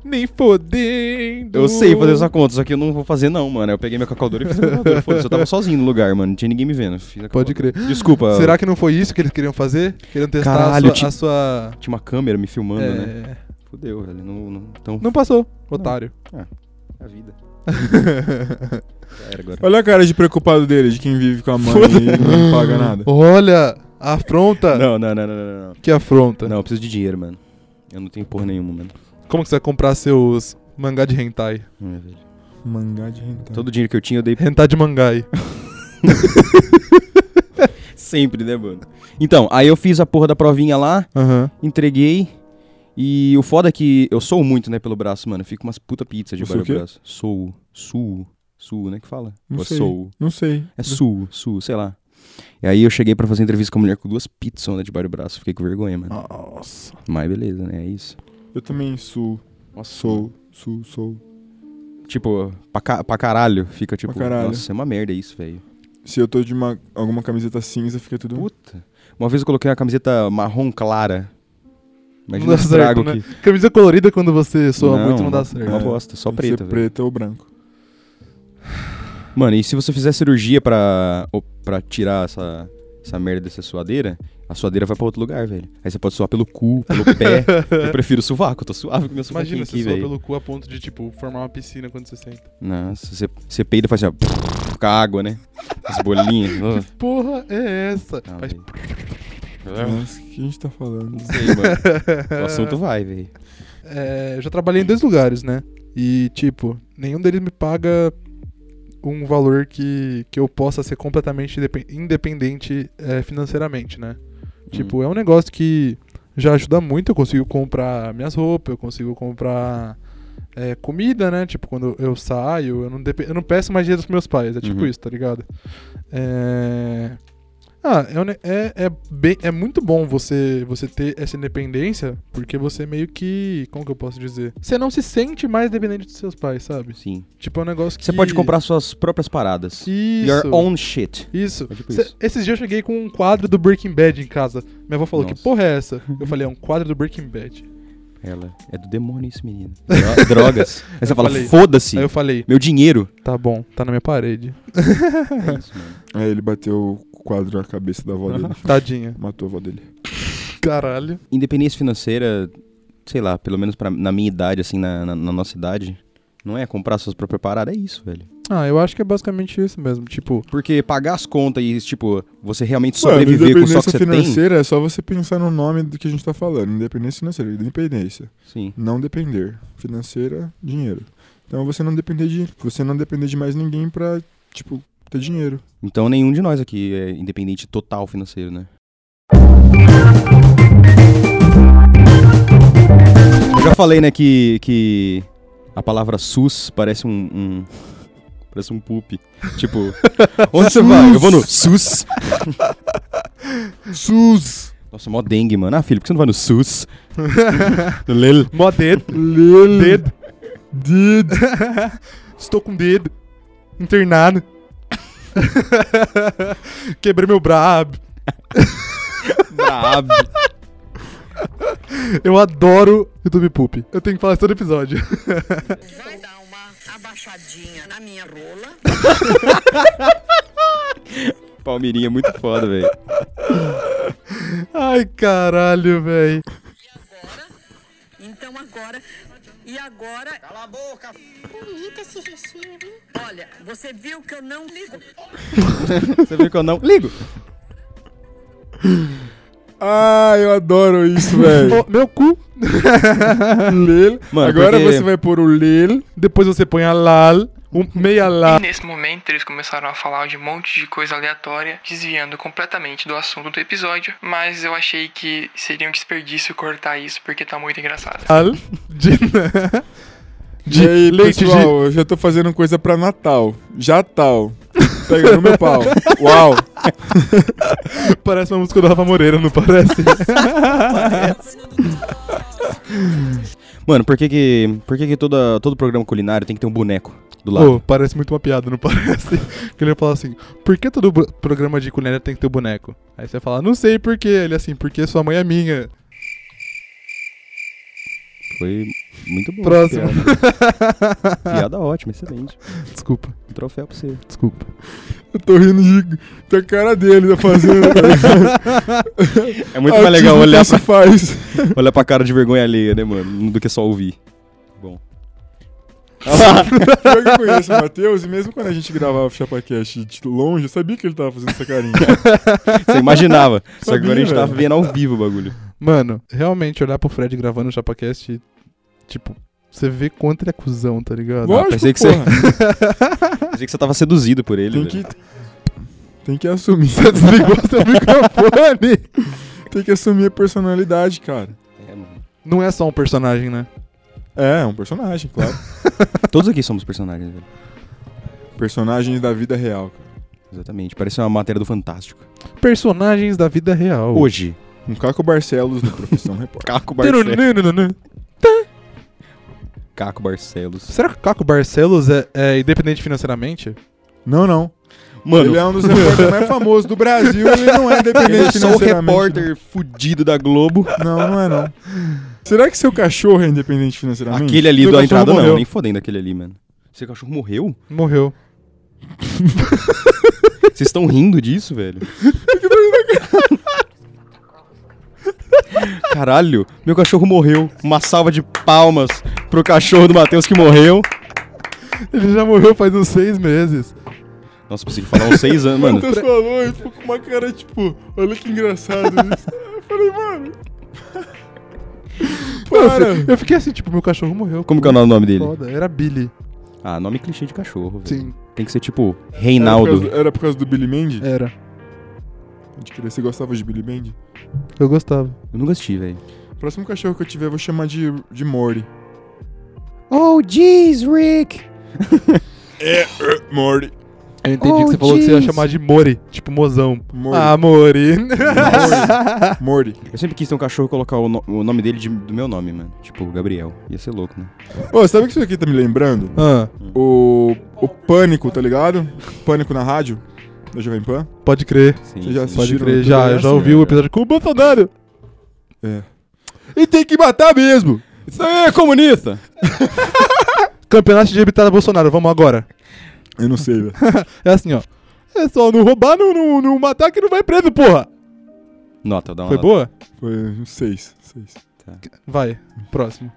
S2: Nem fodendo.
S1: eu sei fazer essa conta, só que eu não vou fazer não, mano. Aí eu peguei minha calculadora e fiz a calculadora.
S2: *laughs*
S1: Foda-se, eu tava sozinho no lugar, mano. Não tinha ninguém me vendo. Fiz a
S2: Pode crer.
S1: calculadora. Desculpa.
S2: Será que não foi isso que eles queriam fazer? Queriam testar
S1: Caralho,
S2: a sua.
S1: ti-
S2: a sua-
S1: Tinha uma câmera me filmando,
S2: é,
S1: né? Fudeu, velho. Não, não, então,
S2: Não passou, otário.
S1: a
S2: *laughs*
S1: vida. Já era agora.
S3: Olha a cara de preocupado dele, de quem vive com a mãe e não paga nada.
S2: Olha, a afronta.
S1: Não, não, não, não, não, não.
S2: Que afronta.
S1: Não, eu preciso de dinheiro, mano. Eu não tenho porra nenhuma, mano.
S2: Como que você vai comprar seus mangá de hentai?
S1: É, velho.
S3: Mangá de rentar.
S1: Todo o dinheiro que eu tinha eu dei
S2: Hentai de mangai.
S1: *laughs* sempre, né, mano? Então, aí eu fiz a porra da provinha lá,
S2: Aham.
S1: entreguei. E o foda é que eu sou muito, né, pelo braço, mano. Fica umas puta pizza de
S3: Você o
S1: do
S3: quê?
S1: braço. Sou, suo, suo, né, que fala?
S3: Não
S1: Ou é
S3: sei.
S1: sou.
S3: Não sei.
S1: É suo, suo, sei lá. E aí eu cheguei pra fazer entrevista com a mulher com duas pizzas né, de do braço. Fiquei com vergonha, mano.
S2: Nossa.
S1: Mas beleza, né? É isso.
S3: Eu também sou,
S1: Nossa,
S3: sou, sou, sou.
S1: Tipo, pra, ca- pra caralho, fica tipo,
S3: caralho.
S1: nossa, é uma merda isso, velho.
S3: Se eu tô de uma, alguma camiseta cinza, fica tudo...
S1: Puta. Uma vez eu coloquei uma camiseta marrom clara. Imagina
S2: Não
S1: o
S2: dá
S1: estrago
S2: certo, né?
S1: que...
S2: Camisa colorida quando você soa muito não dá certo.
S1: Uma
S3: É.
S1: bosta, só
S3: Tem que ser
S1: preta, velho.
S3: preta ou branco.
S1: Mano, e se você fizer cirurgia pra, ou pra tirar essa, essa merda dessa suadeira, a suadeira vai pra outro lugar, velho. Aí você pode suar pelo cu, pelo
S2: *laughs*
S1: pé. eu prefiro sovaco, eu tô suave com meu sovaquinho
S2: Imagina,
S1: aqui,
S2: você soa
S1: velho.
S2: pelo cu a ponto de, tipo, formar uma piscina quando você senta.
S1: Nossa, você, você peida e faz assim, ó, com a água, né? As
S2: *laughs*
S1: bolinhas. ó.
S2: Porra, é essa?
S1: Não,
S2: Mas-
S1: velho. É
S3: Nossa, o que a gente tá falando?
S1: Não sei, mano. O assunto vai, velho.
S2: É, eu já trabalhei em dois lugares, né? E, tipo, nenhum deles me paga um valor que, que eu possa ser completamente depen- independente é, financeiramente, né? Tipo, é um negócio que já ajuda muito. Eu consigo comprar minhas roupas, eu consigo comprar é, comida, né? Tipo, quando eu saio, eu não, depe- eu não peço mais dinheiro dos meus pais. É tipo
S1: Uhum.
S2: isso, tá ligado? É. Ah, é, um ne- é, é, bem- é muito bom você, você ter essa independência, porque você meio que. Como que eu posso dizer? Você não se sente mais dependente dos seus pais, sabe?
S1: Hum, Sim.
S2: Tipo, é um negócio que.
S1: Você pode comprar suas próprias paradas.
S2: isso.
S1: Your own shit.
S2: Isso.
S1: É tipo
S2: Cê-
S1: isso.
S2: Esses dias eu cheguei com um quadro do Breaking Bad em casa. Minha avó falou: Que
S1: Nossa.
S2: porra é essa? Eu falei: É um quadro do Breaking Bad.
S1: Ela é do demônio esse
S2: *laughs*
S1: menino. Dro- Drogas. Aí você
S2: Eu
S1: fala,
S2: falei.
S1: foda-se.
S2: Aí eu falei:
S1: Meu dinheiro.
S2: Tá bom, tá na minha parede.
S1: É isso, mano.
S3: Aí ele bateu o quadro na cabeça da
S1: *laughs*
S3: avó dele.
S2: Tadinha.
S3: Matou a avó dele.
S2: Caralho.
S1: Independência financeira, sei lá, pelo menos pra, na minha idade, assim, na, na- na nossa idade, não é comprar suas próprias paradas, é isso, velho.
S2: Ah, eu acho que é basicamente isso mesmo. Tipo,
S1: Porque pagar as contas e, tipo, você realmente sobreviver com só que você tem.
S3: financeira é só você pensar no nome do que a gente tá falando. Independência financeira. Independência.
S1: Sim.
S3: Não depender. Financeira, dinheiro. Então você não depender de. Você não depender de mais ninguém pra, tipo, ter dinheiro.
S1: Então nenhum de nós aqui é independente total financeiro, né? Eu já falei, né, que, que a palavra SUS parece um. um- *laughs* parece um poop. Tipo, *laughs* onde você vai? Eu vou no SUS.
S3: SUS!
S1: Nossa, mó dengue, mano. Ah, filho, por que você não vai no
S3: *laughs*
S1: SUS? No Lel.
S2: mó dedo.
S3: Lil.
S2: Dedo. Dedo. *laughs* Estou com dedo. Internado. *laughs* Quebrei meu brabo.
S1: Brabo.
S2: Eu adoro YouTube Poop. Eu tenho que falar isso todo episódio. *laughs*
S4: Vai dar uma abaixadinha na minha rola.
S1: Palmeirinha é muito foda, velho.
S2: Ai, caralho, véi.
S4: E agora? Então agora. E agora. Cala a boca! Bonita esse recheio, hein? Olha, você viu que eu não ligo.
S1: Você viu que eu não. Ligo!
S3: Ah, eu adoro isso, velho.
S1: *laughs*
S2: Ô, meu cu.
S3: Lil.
S1: Mano,
S3: Agora
S1: porque-
S3: você vai pôr o Lil.
S2: Depois você põe a lal, um meia lal.
S5: E nesse momento eles começaram a falar de um monte de coisa aleatória, desviando completamente do assunto do episódio, mas eu achei que seria um desperdício cortar isso porque tá muito engraçado.
S2: De,
S3: e aí,
S2: leite de-
S3: pessoal, eu já tô fazendo coisa pra Natal. Já tal. Pega no
S1: *laughs*
S3: meu pau. Uau.
S2: Parece uma música do Rafa Moreira, não parece?
S3: *laughs*
S1: Mano, por que que, por que, que toda, todo programa culinário tem que ter um boneco? do lado.
S2: Ô, parece muito uma piada, não parece? *laughs* que ele ia falar assim, por que todo bu- programa de culinária tem que ter o boneco? Aí você fala, não sei por quê. Ele assim, porque sua mãe é minha.
S1: Foi muito bom.
S2: Próximo.
S3: *laughs*
S1: Piada. Piada ótima, excelente.
S2: Desculpa,
S1: Um troféu pra você.
S2: desculpa.
S3: Eu tô rindo de, da cara dele, tá da fazenda.
S1: É muito mais legal olhar
S3: se
S1: pra,
S3: faz.
S1: olhar pra cara de vergonha alheia, né, mano? Do que só ouvir. Bom.
S3: Pior que eu conheço o Matheus, e mesmo quando a gente gravava o ChapaCast de longe, eu sabia que ele tava fazendo
S1: *laughs*
S3: essa carinha.
S1: Você
S3: *laughs*
S1: imaginava. Só que
S3: Sabia,
S1: agora a gente tá
S3: velho.
S1: vendo ao vivo o bagulho.
S2: Mano, realmente olhar pro Fred gravando o ChapaCast, tipo, você vê quanto ele é cuzão, tá ligado?
S3: Lógico,
S1: pensei que *laughs*
S3: porra.
S1: Pensei que você tava seduzido por ele.
S3: Tem
S1: velho.
S3: que... Tem
S1: *laughs*
S3: que
S2: *laughs*
S3: assumir.
S2: Você desligou seu microfone.
S3: Tem que assumir a personalidade, cara.
S1: É, mano.
S2: Não é só um personagem, né?
S3: É, é um personagem, claro.
S1: Todos aqui somos personagens, velho.
S3: Personagens da vida real, cara.
S1: Exatamente. Parece uma matéria do Fantástico.
S2: Personagens da vida real.
S1: Hoje,
S3: Um Caco Barcelos no Profissão Repórter.
S1: Caco Barcelos.
S2: né, Turururururu.
S1: Caco Barcelos.
S2: Será que o Caco Barcelos é, é independente financeiramente?
S3: Não, não.
S1: Mano,
S3: Ele é um dos repórteres mais famosos do Brasil e ele não
S1: *laughs*
S3: é
S1: ele é
S3: independente
S1: só o
S3: financeiramente.
S1: repórter fudido da Globo.
S3: Não, não é não. Será que seu cachorro é independente financeiramente?
S1: Aquele ali
S3: Seu
S1: da
S3: cachorro
S1: entrada,
S3: morreu.
S1: não. Nem fodendo aquele ali, mano. Seu cachorro morreu?
S2: Morreu.
S1: Vocês estão rindo disso, velho? *laughs* Caralho, meu cachorro morreu. Uma salva de palmas pro cachorro do Matheus que morreu.
S2: Ele já morreu faz uns seis meses.
S1: Nossa, consegui falar uns seis anos, mano.
S3: O Matheus falou e ficou com uma cara tipo, olha que engraçado
S1: *laughs*
S3: isso. Eu falei, mano.
S2: Mano,
S3: Para.
S2: eu fi- eu fiquei assim, tipo, meu cachorro morreu.
S1: Como que é o nome dele?
S2: Foda, era Billy.
S1: Ah, nome clichê de cachorro, velho.
S2: Sim,
S1: Tem que ser tipo
S3: Era por, causa,
S1: Reinaldo.
S3: era por causa do Billy Mandy?
S2: era.
S3: De querer. Você gostava de Billy Mandy?
S2: Eu gostava.
S1: Eu nunca assisti, velho.
S3: O próximo cachorro que eu tiver eu vou chamar de, de Morty.
S1: Oh, jeez, Rick!
S3: Morty.
S2: Eu entendi
S1: Oh,
S2: que você falou que você ia
S1: jeez.
S2: chamar de Mori, tipo mozão.
S3: Mori.
S2: Ah, *laughs* Mori.
S1: *laughs*
S3: Morty.
S1: Eu sempre quis ter um cachorro e colocar o, no- o nome dele de- do meu nome, mano. Tipo, Gabriel. Ia ser louco, né?
S3: Ô, sabe o que isso aqui tá me lembrando?
S2: ah,
S3: O, o Pânico, tá ligado? Pânico na rádio, da Jovem Pan.
S2: pode crer.
S1: Sim,
S3: Você já
S1: sim.
S2: Pode
S3: Assistiram
S2: crer,
S3: tudo
S2: já,
S3: essa?
S2: eu
S1: assim,
S2: já
S1: né?
S2: ouvi o episódio com o Bolsonaro.
S3: É. E tem que matar mesmo!
S1: Isso aí é comunista!
S2: Campeonato de habitada Bolsonaro, vamos agora.
S3: Eu não sei, velho.
S2: É assim, ó. É só não roubar, não, não, não matar que não vai preso, porra.
S1: Nota, dá uma
S2: Foi
S1: nota.
S2: boa?
S3: Foi uns seis. seis.
S2: Vai, próximo.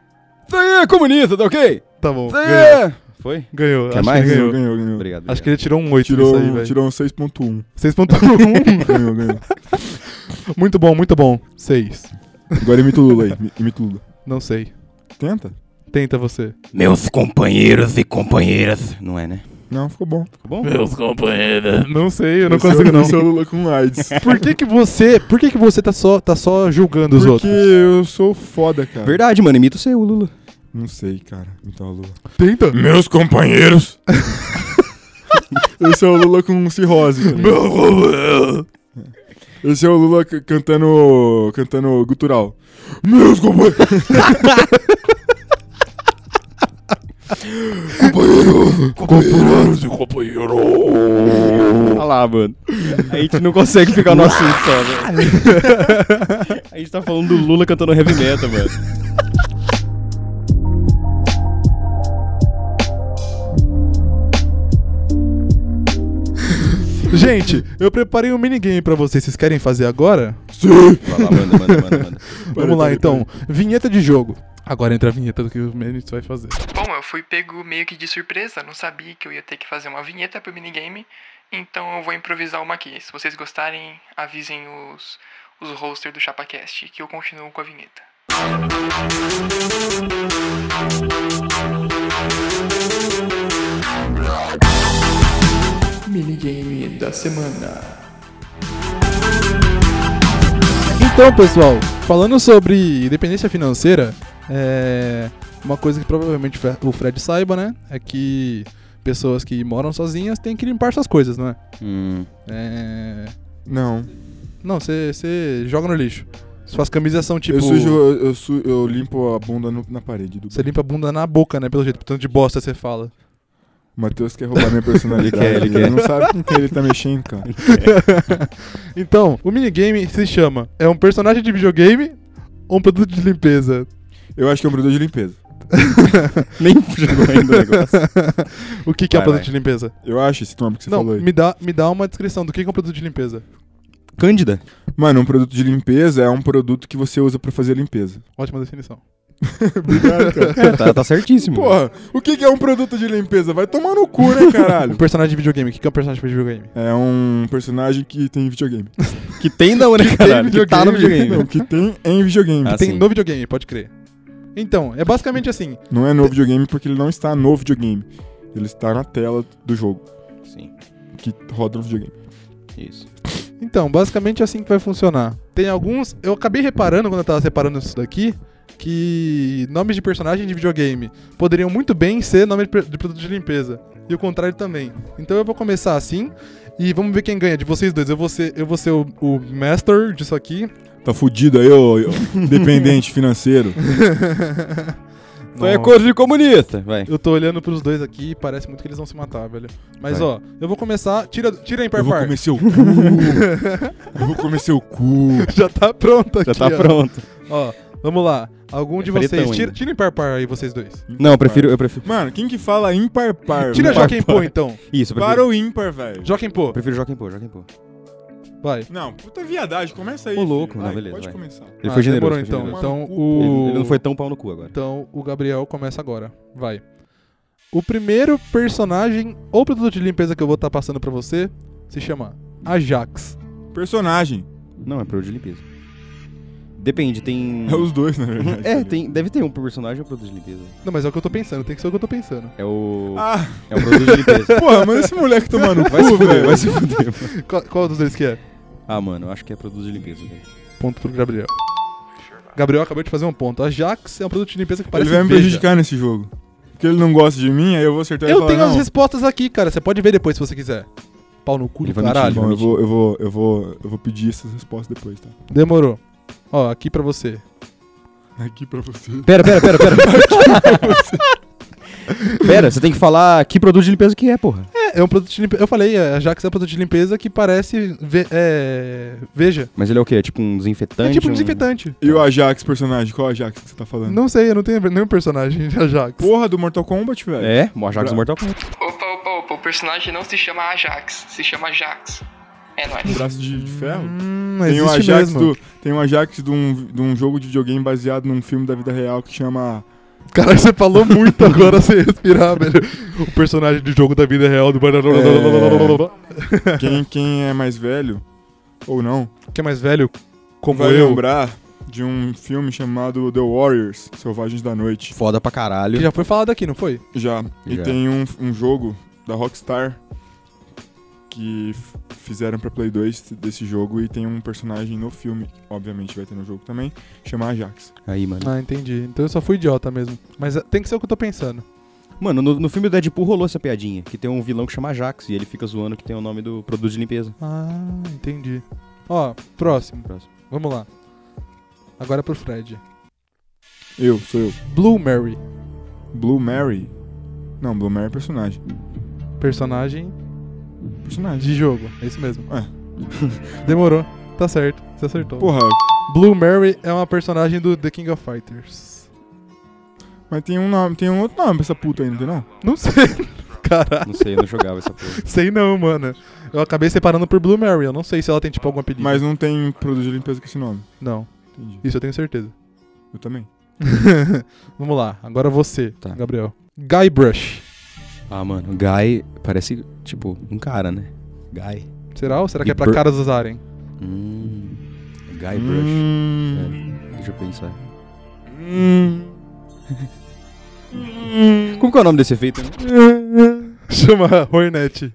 S1: Isso aí é comunista, tá ok?
S2: Tá bom.
S1: Isso aí
S2: Ganhou.
S1: é... Foi?
S2: Ganhou.
S1: Quer
S2: acho
S1: mais?
S2: Que
S3: Ganhou,
S2: É, ganhou.
S3: ganhou, ganhou.
S1: Obrigado.
S2: Acho
S1: obrigado.
S2: que ele tirou um 8
S3: Tirou,
S2: aí, velho.
S3: tirou um 6.1.
S2: 6.1.
S3: Ganhou, ganhou.
S2: muito bom, muito bom. 6.
S3: Agora imita o Lula aí. mi- Imita o Lula.
S2: Não sei.
S3: Tenta?
S2: Tenta você.
S1: Meus companheiros e companheiras. Não é, né?
S3: Não, ficou bom.
S1: Ficou bom?
S2: Não sei, eu não
S3: Esse é o-
S2: consigo não.
S3: esse é o Lula com AIDS.
S2: Por que que você, por que que você tá só, tá só julgando os
S3: Porque
S2: outros?
S3: eu sou foda, cara.
S1: Verdade, mano. Imita o seu, Lula.
S3: Não sei, cara. Imitar o Lula.
S2: Tenta.
S3: Meus companheiros. *laughs* Esse é o Lula com cirrose. Cara. Esse é o Lula c- cantando. cantando gutural. Meus companheiros.
S1: Olha lá, mano. A gente não consegue ficar no assunto só, velho. *laughs* A gente tá falando do Lula cantando heavy metal, mano.
S2: Gente, eu preparei um minigame pra vocês. Vocês querem fazer agora?
S1: Vai lá, manda, manda, manda, manda.
S3: Peraí,
S2: Vamos lá
S3: peraí,
S2: então. Vinheta de jogo. Agora entra a vinheta do que o Mendes vai fazer.
S5: Bom, eu fui pego meio que de surpresa, não sabia que eu ia ter que fazer uma vinheta pro minigame, então eu vou improvisar uma aqui. Se vocês gostarem, avisem os, os hosters do ChapaCast que eu continuo com a vinheta. Minigame da semana.
S2: Então, pessoal, falando sobre independência financeira, é, uma coisa que provavelmente Fre- o Fred saiba, né? É que pessoas que moram sozinhas têm que limpar suas coisas, não é?
S1: Hum,
S2: É,
S3: Não.
S2: Não, você- você joga no lixo. Suas camisas são tipo.
S3: Eu sujo, eu, eu su- eu limpo a bunda no- na parede do
S2: Você limpa a bunda na boca, né? Pelo jeito, tanto de bosta você fala.
S3: O Matheus quer roubar minha personalidade.
S1: Ele quer, ele quer.
S3: não sabe com quem ele tá mexendo, cara.
S2: Então, o minigame se chama É um personagem de videogame ou um produto de limpeza?
S3: Eu acho que é um produto de limpeza.
S1: Nem *laughs* jogou ainda o negócio.
S2: *laughs* o que, que é
S1: Vai,
S2: produto
S1: vai.
S2: de limpeza?
S3: Eu acho esse nome que você
S2: Não,
S3: falou aí.
S2: me dá, me dá uma descrição do que que é um produto de limpeza.
S1: Cândida?
S3: Mano, um produto de limpeza é um produto que você usa pra fazer limpeza.
S2: Ótima definição.
S3: *laughs* Obrigado,
S1: *laughs*
S3: cara.
S1: Tá, tá certíssimo.
S3: Porra, o que que é um produto de limpeza? Vai tomar no cu, né,
S2: Um
S3: caralho?
S2: personagem de videogame. O que que é um personagem de videogame?
S3: É um personagem que tem videogame.
S1: Que tem não,
S2: *laughs*
S1: né, *laughs* caralho? Que tá no
S3: Não,
S1: videogame.
S3: que tem em videogame.
S1: Ah,
S2: Tem
S1: sim.
S2: no videogame, pode crer. Então, é basicamente assim.
S3: Não é no videogame porque ele não está no videogame. Ele está na tela do jogo
S1: Sim,
S3: que roda no videogame.
S1: isso.
S2: Então, basicamente é assim que vai funcionar. Tem alguns. Eu acabei reparando quando eu tava separando isso daqui. Que nomes de personagem de videogame poderiam muito bem ser nome de, pr- de produto de limpeza. E o contrário também. Então eu vou começar assim. E vamos ver quem ganha. De vocês dois, eu vou ser, eu vou ser o, o master disso aqui.
S3: Tá fudido aí, ô, ô, *laughs* dependente financeiro.
S1: Foi
S2: Nossa.
S1: a coisa de comunista. Vai.
S2: Eu tô olhando pros dois aqui e parece muito que eles vão se matar, velho. Mas
S1: Vai.
S2: ó, eu vou começar. Tira, tira aí, par
S3: Eu vou
S2: par.
S3: comer seu cu. Eu vou comer seu cu.
S2: *laughs* Já tá pronto aqui.
S1: Já tá
S2: ó.
S1: pronto.
S2: Ó, vamos lá. Algum
S1: É
S2: de
S1: pretão
S2: vocês.
S1: ainda.
S2: Tira, tira em par par aí, vocês dois.
S1: Não, eu prefiro, eu prefiro.
S3: Mano, quem que fala ímpar par?
S2: Tira
S3: velho?
S2: Joaquim Pô, então.
S1: Isso, eu prefiro.
S3: Para o ímpar, velho.
S2: Joaquim Pô.
S1: Eu prefiro Joaquim Pô, Joaquim Pô.
S2: Vai.
S3: Não, puta viadagem, começa aí.
S1: Ô, louco,
S3: filho.
S1: não,
S3: Vai,
S1: beleza,
S3: Pode
S1: vai.
S3: começar.
S1: Ele
S2: Ah,
S1: foi generoso.
S2: demorou,
S1: foi
S2: então.
S1: generoso.
S2: Então
S3: Mano,
S2: o...
S1: Ele, ele não foi tão pau no cu agora.
S2: Então o Gabriel começa agora. Vai. O primeiro personagem ou produto de limpeza que eu vou estar passando pra você se chama Ajax.
S3: Personagem.
S1: Não, é produto de limpeza. Depende, tem.
S3: É os dois, na verdade.
S1: Hum. *laughs* É, tem, deve ter um personagem ou produto de limpeza.
S2: Não, mas é o que eu tô pensando, tem que ser o que eu tô pensando.
S1: É o.
S3: *laughs* Ah,
S1: É o produto de limpeza. *laughs*
S3: porra, manda esse moleque tomar no cu,
S1: Vai se fuder,
S3: velho.
S1: vai se fuder. mano.
S2: Qual, qual dos dois que é?
S1: Ah, mano, eu acho que é produto de limpeza. velho.
S2: Ponto pro Gabriel. Gabriel acabou de fazer um ponto. Ajax é um produto de limpeza que
S3: Ele
S2: parece
S3: vai me
S2: Veja.
S3: prejudicar nesse jogo. Porque ele não gosta de mim, aí eu vou acertar ele e
S2: Eu
S3: falar,
S2: tenho as
S3: não.
S2: respostas aqui, cara. Você pode ver depois se você quiser. Pau no cu
S1: Ele
S2: do
S1: vai mentir,
S2: caralho.
S3: Bom, eu vou, eu, vou, eu, vou, eu vou pedir essas respostas depois, tá?
S2: Demorou. Ó, aqui pra você.
S3: Aqui pra você.
S1: Pera, pera, pera, pera. *laughs* pera, você tem que falar que produto de limpeza que é, porra.
S2: É, é um produto de limpeza. Eu falei, é, Ajax é um produto de limpeza que parece. ve- é, veja.
S1: Mas ele é o quê? É tipo um desinfetante?
S2: É tipo um desinfetante.
S3: E o Ajax, personagem? Qual Ajax que você tá falando?
S2: Não sei, eu não tenho nenhum personagem de Ajax.
S3: Porra, do Mortal Kombat, velho.
S1: É, o Ajax do Mortal Kombat.
S5: Opa, opa, opa, o personagem não se chama Ajax, se chama Jax. É nóis.
S3: Braço de, de ferro.
S2: Hum,
S3: Tem um,
S2: existe
S3: Ajax
S2: mesmo.
S3: do, tem um Ajax de um, de um jogo de videogame baseado num filme da vida real
S2: *laughs*
S3: que chama.
S2: Caralho, você falou muito agora sem
S3: *laughs*
S2: respirar, velho. O personagem de jogo da vida real do.
S3: É. Quem, quem é mais velho, ou não,
S2: Quem é mais velho? Como
S3: vai
S2: eu.
S3: lembrar de um filme chamado The Warriors Selvagens da Noite.
S1: Foda pra
S2: Que
S1: caralho.
S2: já foi falado aqui, não foi?
S3: Já. E
S1: Já.
S3: tem um, um jogo da Rockstar que f- fizeram pra Play 2 desse jogo e tem um personagem no filme, obviamente vai ter no jogo também, chama Ajax.
S1: Aí, mano.
S2: Ah, entendi. Então eu só fui idiota mesmo. Mas é, tem que ser o que eu tô pensando.
S1: Mano, no, no filme do Deadpool rolou essa piadinha. Que tem um vilão que chama Ajax e ele fica zoando que tem o nome do produto de limpeza.
S2: Ah, entendi. Ó, próximo.
S1: Próximo.
S2: Vamos lá. Agora é pro Fred.
S3: Eu, sou eu.
S2: Blue Mary,
S3: Blue Mary. Não, Blue Mary é personagem.
S2: personagem
S3: Personagem.
S2: de jogo. É isso mesmo.
S3: É.
S2: *laughs* Demorou. Tá certo. Você acertou.
S3: Porra,
S2: Blue Mary é uma personagem do The King of Fighters.
S3: mas tem um nome, tem um outro nome pra essa puta aí, não tem não?
S2: Não sei. *laughs* Caralho.
S1: Não sei, eu não jogava essa *laughs* porra.
S2: Sei não, mano. Eu acabei separando por Blue Mary. Eu não sei se ela tem tipo algum apelido.
S3: Mas não tem produto de limpeza com esse nome.
S2: Não.
S3: Entendi.
S2: Isso eu tenho certeza.
S3: Eu também.
S2: *laughs* Vamos lá. Agora você,
S1: Tá.
S2: Gabriel. Guybrush.
S1: Ah, mano, Guy parece, tipo, um cara, né? Guy.
S2: Será ou será que é pra
S1: Guybrush.
S2: caras usarem?
S1: Hum. Guy Brush.
S3: Hum.
S1: É, deixa eu pensar.
S3: Hum.
S1: Como que é o nome desse efeito? Né?
S2: É. *laughs* Chama Hornet.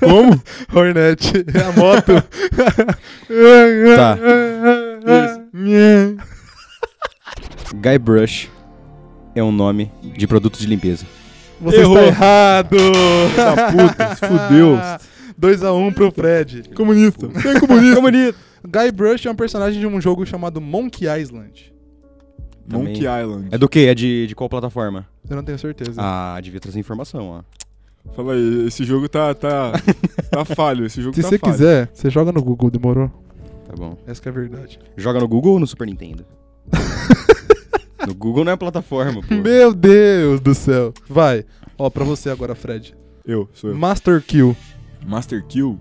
S3: Como?
S2: *laughs* Hornet. É a *laughs* moto.
S1: Tá.
S3: Isso. Nhê.
S1: Guy Brush é um nome de produto de limpeza.
S2: Você
S3: Errou.
S2: está errado.
S3: Da puta, se fudeu.
S2: 2x1 pro Fred.
S3: Comunista.
S2: *laughs*
S3: Tem comunista.
S1: bonito.
S2: Guybrush é um personagem de um jogo chamado Monkey Island.
S3: Monkey
S1: *laughs* Também.
S3: Island.
S1: É do quê? É de, de qual plataforma?
S2: Eu não tenho certeza.
S1: Ah, devia trazer informação, ó.
S3: Fala aí, esse jogo tá,
S1: *laughs*
S3: tá, tá falho. Esse jogo
S2: Se
S3: tá
S2: você
S3: falho.
S2: quiser, você joga no Google, demorou?
S1: Tá bom.
S2: Essa que é a verdade.
S1: Joga no Google ou no Super *laughs* Nintendo? no Google não é plataforma, pô.
S2: Meu Deus do céu. Vai. Ó, pra você agora, Fred.
S3: Eu, sou eu.
S2: Master Kill.
S3: Master Kill?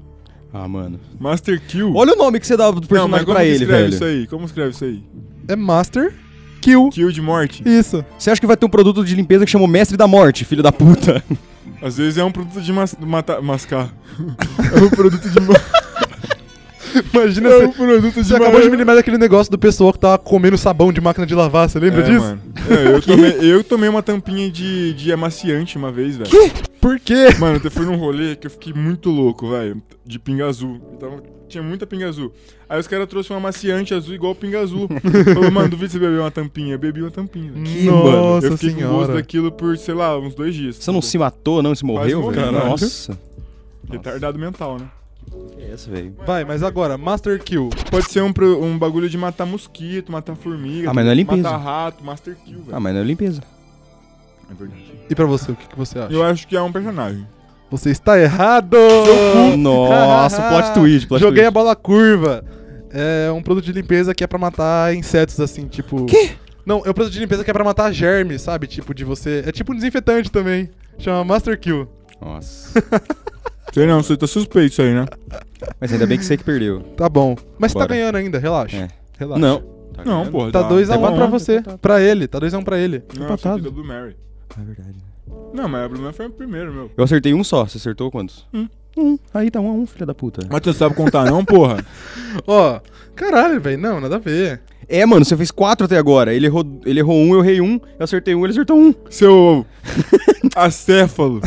S1: Ah, mano.
S3: Master Kill?
S1: Olha o nome que você dá pro
S3: Não,
S1: personagem
S3: mas como
S1: pra
S3: que
S1: ele,
S3: escreve
S1: velho.
S3: isso aí? Como escreve isso aí?
S2: É Master Kill.
S3: Kill de morte.
S2: Isso.
S1: Você acha que vai ter um produto de limpeza que chama o Mestre da Morte, filho da puta?
S3: Às vezes é um produto de mas, matar, mascar. é um produto de... ma-
S2: Imagina
S3: é
S2: você.
S3: um produto de...
S2: Você acabou de me lembrar daquele negócio do pessoal que tava comendo sabão de máquina de lavar, você lembra
S3: é,
S2: disso?
S3: Mano. É,
S1: *laughs*
S3: eu, tomei, eu tomei uma tampinha de, de amaciante uma vez, velho.
S2: Por quê?
S3: Mano, eu fui num rolê que eu fiquei muito louco, velho. De pinga azul. Então, tinha muita pinga azul. Aí os caras trouxeram um amaciante azul igual pinga azul. Falou, mano, duvido você beber uma tampinha. Eu bebi uma tampinha. velho.
S2: Que,
S3: Mano,
S2: Nossa
S3: eu fiquei com gosto
S2: senhora.
S3: daquilo por, sei lá, uns dois dias.
S1: *laughs* Você não se matou, não? Você morreu,
S3: morri,
S1: velho?
S3: caralho.
S1: Nossa.
S3: Tipo, Retardado mental, né?
S1: Que é essa, velho?
S2: Vai, mas agora, Master Kill.
S3: Pode ser um, pro- um bagulho de matar mosquito, matar formiga.
S1: Ah, mas não é limpeza.
S3: Matar rato, master kill, velho.
S1: Ah, mas não é limpeza.
S3: É verdade.
S2: E pra você, o que, que você acha?
S3: Eu acho que é um personagem.
S2: Tá Você está errado! *laughs*
S1: Nossa, plot twist, plot
S2: Joguei a
S1: twist.
S2: bola curva. É um produto de limpeza que é pra matar insetos, assim, tipo. Quê? Não, é um produto de limpeza que é pra matar germes, sabe? Tipo, de você. É tipo um desinfetante também. Chama Master Kill.
S1: Nossa.
S3: Sei não, você tá suspeito isso aí, né?
S1: Mas ainda bem que você que perdeu.
S2: Tá bom. Mas você tá
S1: Bora.
S2: ganhando ainda, relaxa.
S1: É.
S2: Relaxa.
S1: Não.
S3: Não, porra.
S2: Tá
S1: É
S2: 2x1
S3: tá
S2: um
S3: bom.
S2: pra você. Pra ele. Tá 2x1 um pra ele.
S3: Não,
S1: Empatado.
S3: empatado. Blue Mary.
S1: É verdade.
S3: Não, mas a Blue Mary foi o primeiro, meu.
S1: Eu acertei um só. Você acertou quantos?
S3: Um.
S1: Um. Aí tá um a um, filha da puta.
S3: Mas tu sabe contar não, porra?
S2: Ó, caralho, velho. Não, nada a ver.
S1: É, mano, você fez quatro até agora. Ele errou, ele errou um, eu errei um. Eu acertei um, ele acertou um.
S3: Seu acéfalo,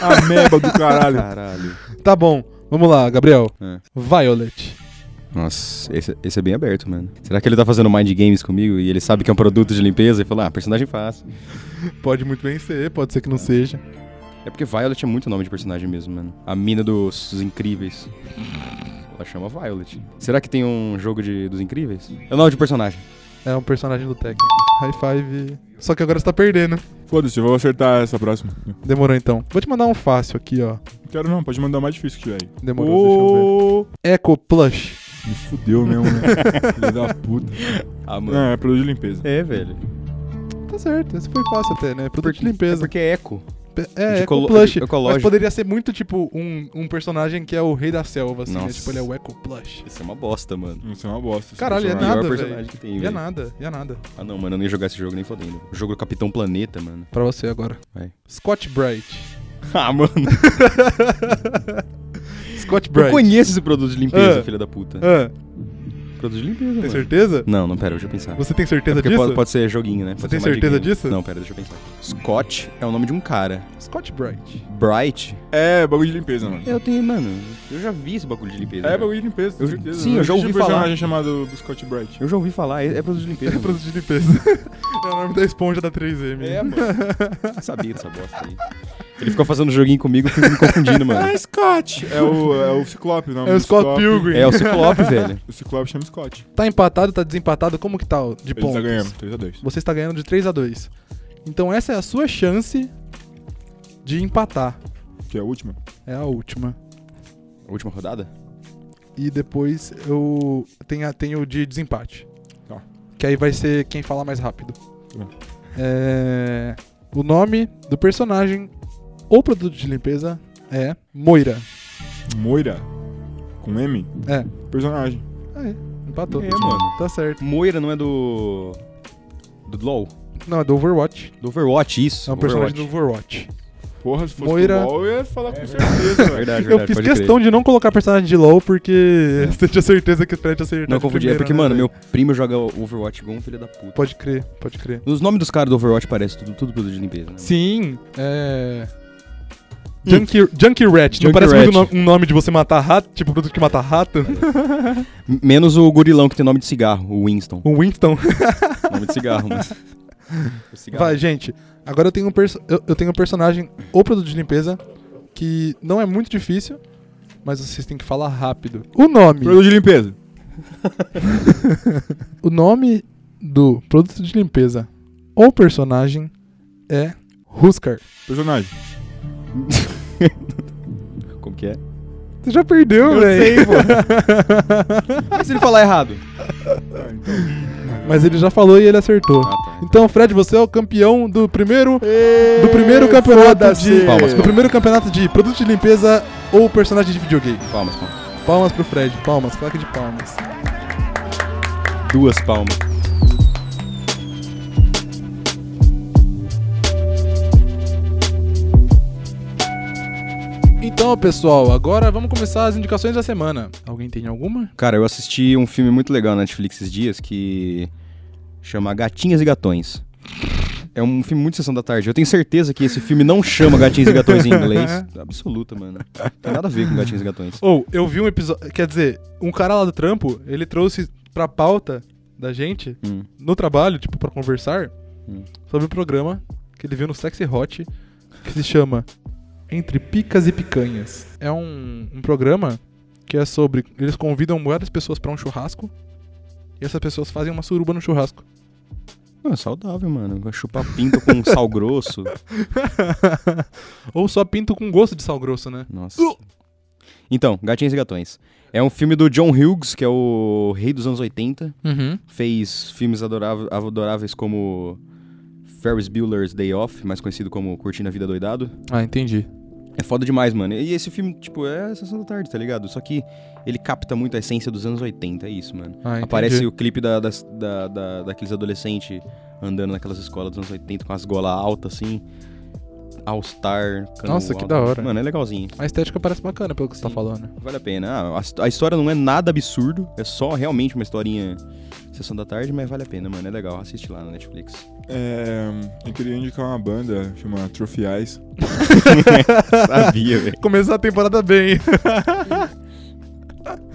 S3: ameba do caralho.
S1: Caralho.
S2: Tá bom. Vamos lá, Gabriel.
S1: É.
S2: Violet.
S1: Nossa, esse, esse é bem aberto, mano. Será que ele tá fazendo mind games comigo e ele sabe que é um produto de limpeza e fala, ah, personagem fácil.
S2: Pode muito bem ser, pode ser que não seja.
S1: É porque Violet é muito nome de personagem mesmo, mano. A mina dos incríveis. Ela chama Violet. Será que tem um jogo de, dos incríveis? É o nome de personagem.
S2: É um personagem do Tekken. High five. Só que agora você tá perdendo.
S3: Foda-se, eu vou acertar essa próxima.
S2: Demorou então. Vou te mandar um fácil aqui, ó.
S3: Quero não, pode mandar o mais difícil que tiver aí.
S2: Demorou, deixa eu ver. Eco Plush.
S3: Me fudeu mesmo, né? Filho da puta.
S1: Ah,
S3: Não, é produto de limpeza.
S1: É, velho.
S2: Tá certo, esse foi fácil até, né? Produto de
S1: É
S2: limpeza.
S1: porque é eco.
S2: É,
S1: de
S2: Eco
S1: colo-
S2: Plush.
S1: de ecológico.
S2: Mas poderia ser muito tipo um, um personagem que é o rei da selva, assim. Né?
S1: Nossa.
S2: Tipo, ele é o Eco Plush.
S1: Isso é uma bosta, mano.
S3: Isso é uma bosta. esse
S2: Caralho, é
S3: personagem.
S2: nada,
S1: Pior
S2: velho.
S1: personagem que tem,
S2: E é
S1: velho.
S2: nada, e é nada.
S1: Ah, não, mano, eu nem ia jogar esse jogo nem fodendo. O jogo do Capitão Planeta, mano.
S2: Pra você agora.
S1: Vai.
S2: Scott Bright.
S1: *laughs* ah, mano.
S2: Scott Bright.
S1: Eu conheço esse produto de limpeza,
S2: Ah.
S1: filha da puta.
S2: Ah,
S1: Produto de limpeza,
S2: tem
S1: mano.
S2: certeza?
S1: Não, não, pera, deixa eu pensar.
S2: Você tem
S1: É
S2: certeza
S1: porque
S2: disso?
S1: Pode, pode ser joguinho, né?
S2: Você
S1: Pode
S2: tem
S1: ser mais
S2: certeza
S1: joguinho.
S2: disso?
S1: Não, pera, deixa eu pensar. Scott é o nome de um cara.
S2: Scott Bright.
S1: Bright?
S3: É, bagulho de limpeza, mano.
S1: Eu tenho, mano. Eu já vi esse bagulho de limpeza.
S3: É
S1: cara.
S3: bagulho de limpeza,
S1: Eu-
S3: com certeza.
S1: sim, eu já ouvi
S3: Existe um personagem
S1: falar.
S3: chamado Scott Bright.
S1: Eu já ouvi falar, é, é produto de limpeza.
S2: É
S1: mano.
S2: produto de limpeza. *laughs* é o nome da esponja da né? 3M.
S1: É, mano. *laughs* Eu sabia dessa bosta aí. Ele ficou fazendo joguinho comigo, eu fui me confundindo,
S2: *laughs*
S1: mano.
S2: Ah,
S3: Scott! É o, é o Ciclope, não.
S2: É o Scott Pilgrim.
S1: É o Ciclope, velho.
S3: O Ciclope chama Scott.
S2: Tá empatado, tá desempatado, como que tá o- de
S3: Ele
S2: pontos?
S3: tá ganhando, 3x2.
S2: Você está ganhando de 3 a 2 Então essa é a sua chance de empatar.
S3: Que é a última.
S2: É a última.
S1: Última rodada?
S2: E depois eu tenho, a- tenho o de desempate.
S3: Tá.
S2: Que aí vai ser quem fala mais rápido.
S3: bom.
S2: É, O nome do personagem ou produto de limpeza é Moira.
S3: Moira. Com M.
S2: É.
S3: Personagem.
S2: Aí, empatou.
S1: É, mano.
S2: Tá certo.
S1: Moira não é do. Do LOL.
S2: Não, é do Overwatch.
S1: Do Overwatch, isso.
S2: É um personagem do Overwatch.
S3: Porra, se fosse
S2: Moira-
S3: futebol, eu ia falar com certeza,
S2: *laughs*
S3: velho.
S1: Verdade, verdade.
S2: Eu fiz
S1: pode crer.
S2: questão de não colocar personagem de LoL porque *laughs* você tinha certeza que o Fred acertou.
S1: Não
S2: de
S1: confundi. É
S2: primeira,
S1: porque,
S2: né,
S1: mano,
S2: velho?
S1: meu primo joga Overwatch igual um filho da puta.
S2: Pode crer, pode crer.
S1: Os nomes dos caras do Overwatch parecem tudo, tudo produto de limpeza, né?
S2: Sim, é. Hum. Junkie, Junkie Rat.
S1: Junkie
S2: Não parece muito
S1: Rat.
S2: no- um nome de você matar rato? Tipo, produto que mata
S1: *laughs*
S2: rato?
S1: M- Menos o gorilão que tem nome de cigarro, o Winston. *laughs*
S2: Um Winston.
S1: nome de cigarro, mas. O cigarro.
S2: *laughs* Vai, gente. Agora eu tenho, um perso- eu, eu tenho um personagem ou produto de limpeza que não é muito difícil, mas vocês têm que falar rápido. O nome.
S3: Produto de limpeza.
S2: O nome do produto de limpeza ou personagem é Husker.
S3: Personagem.
S1: Como que é?
S2: Você já perdeu, velho.
S1: pô. Mas Ah, se ele falar errado?
S2: *laughs*
S3: Ah, então.
S2: Mas ele já falou e ele acertou.
S1: Ah, tá.
S2: Então, Fred, você é o campeão do primeiro É, do
S3: Do
S2: primeiro campeonato de É,
S1: Palmas,
S2: do primeiro campeonato de produto de limpeza ou personagem de videogame.
S1: Palmas, palmas.
S2: Palmas pro Fred, palmas, claque de palmas.
S1: Duas palmas.
S2: Então, pessoal, agora vamos começar as indicações da semana. Alguém tem alguma?
S1: Cara, eu assisti um filme muito legal na Netflix esses dias que chama Gatinhas e Gatões. É um filme muito sessão da tarde. Eu tenho certeza que esse filme não chama Gatinhas e Gatões em inglês. Absoluta, mano. Não tem nada a ver com Gatinhas e Gatões.
S2: Ou, eu vi um episódio, quer dizer, um cara lá do trampo, ele trouxe pra pauta da gente
S1: Hum.
S2: no trabalho, tipo, pra conversar,
S1: Hum.
S2: sobre o programa que ele viu no Sexy Hot, que se chama Entre Picas e Picanhas. É um, um programa que é sobre. Eles convidam várias pessoas pra um churrasco e essas pessoas fazem uma suruba no churrasco.
S1: Não, é saudável, mano. Vai chupar pinto com sal grosso.
S2: Ou só pinto com gosto de sal grosso, né?
S1: Nossa. Então, Gatinhas e Gatões. É um filme do John Hughes, que é o rei dos anos 80.
S2: Uhum.
S1: Fez filmes adorável- adoráveis como Ferris Bueller's Day Off, mais conhecido como Curtindo a Vida Doidado.
S2: Ah, entendi.
S1: É foda demais, mano. E esse filme, tipo, é a Sessão da Tarde, tá ligado? Só que ele capta muito a essência dos anos 80, é isso, mano.
S2: Ah, entendi.
S1: Aparece o clipe da, das- da, da- daqueles adolescentes andando naquelas escolas dos anos 80 com as golas altas, assim. All Star. cano
S2: Nossa, que
S1: alto.
S2: da hora.
S1: Mano, é legalzinho.
S2: A estética parece bacana pelo que você tá falando.
S1: Vale a pena. Ah, a, a história não é nada absurdo, é só realmente uma historinha Sessão da Tarde, mas vale a pena, mano. É legal, assiste lá na
S2: *laughs*
S1: Netflix.
S3: É, eu queria indicar uma banda chamada Trophy Eyes.
S1: Sabia, velho.
S2: Começou a temporada bem. *laughs*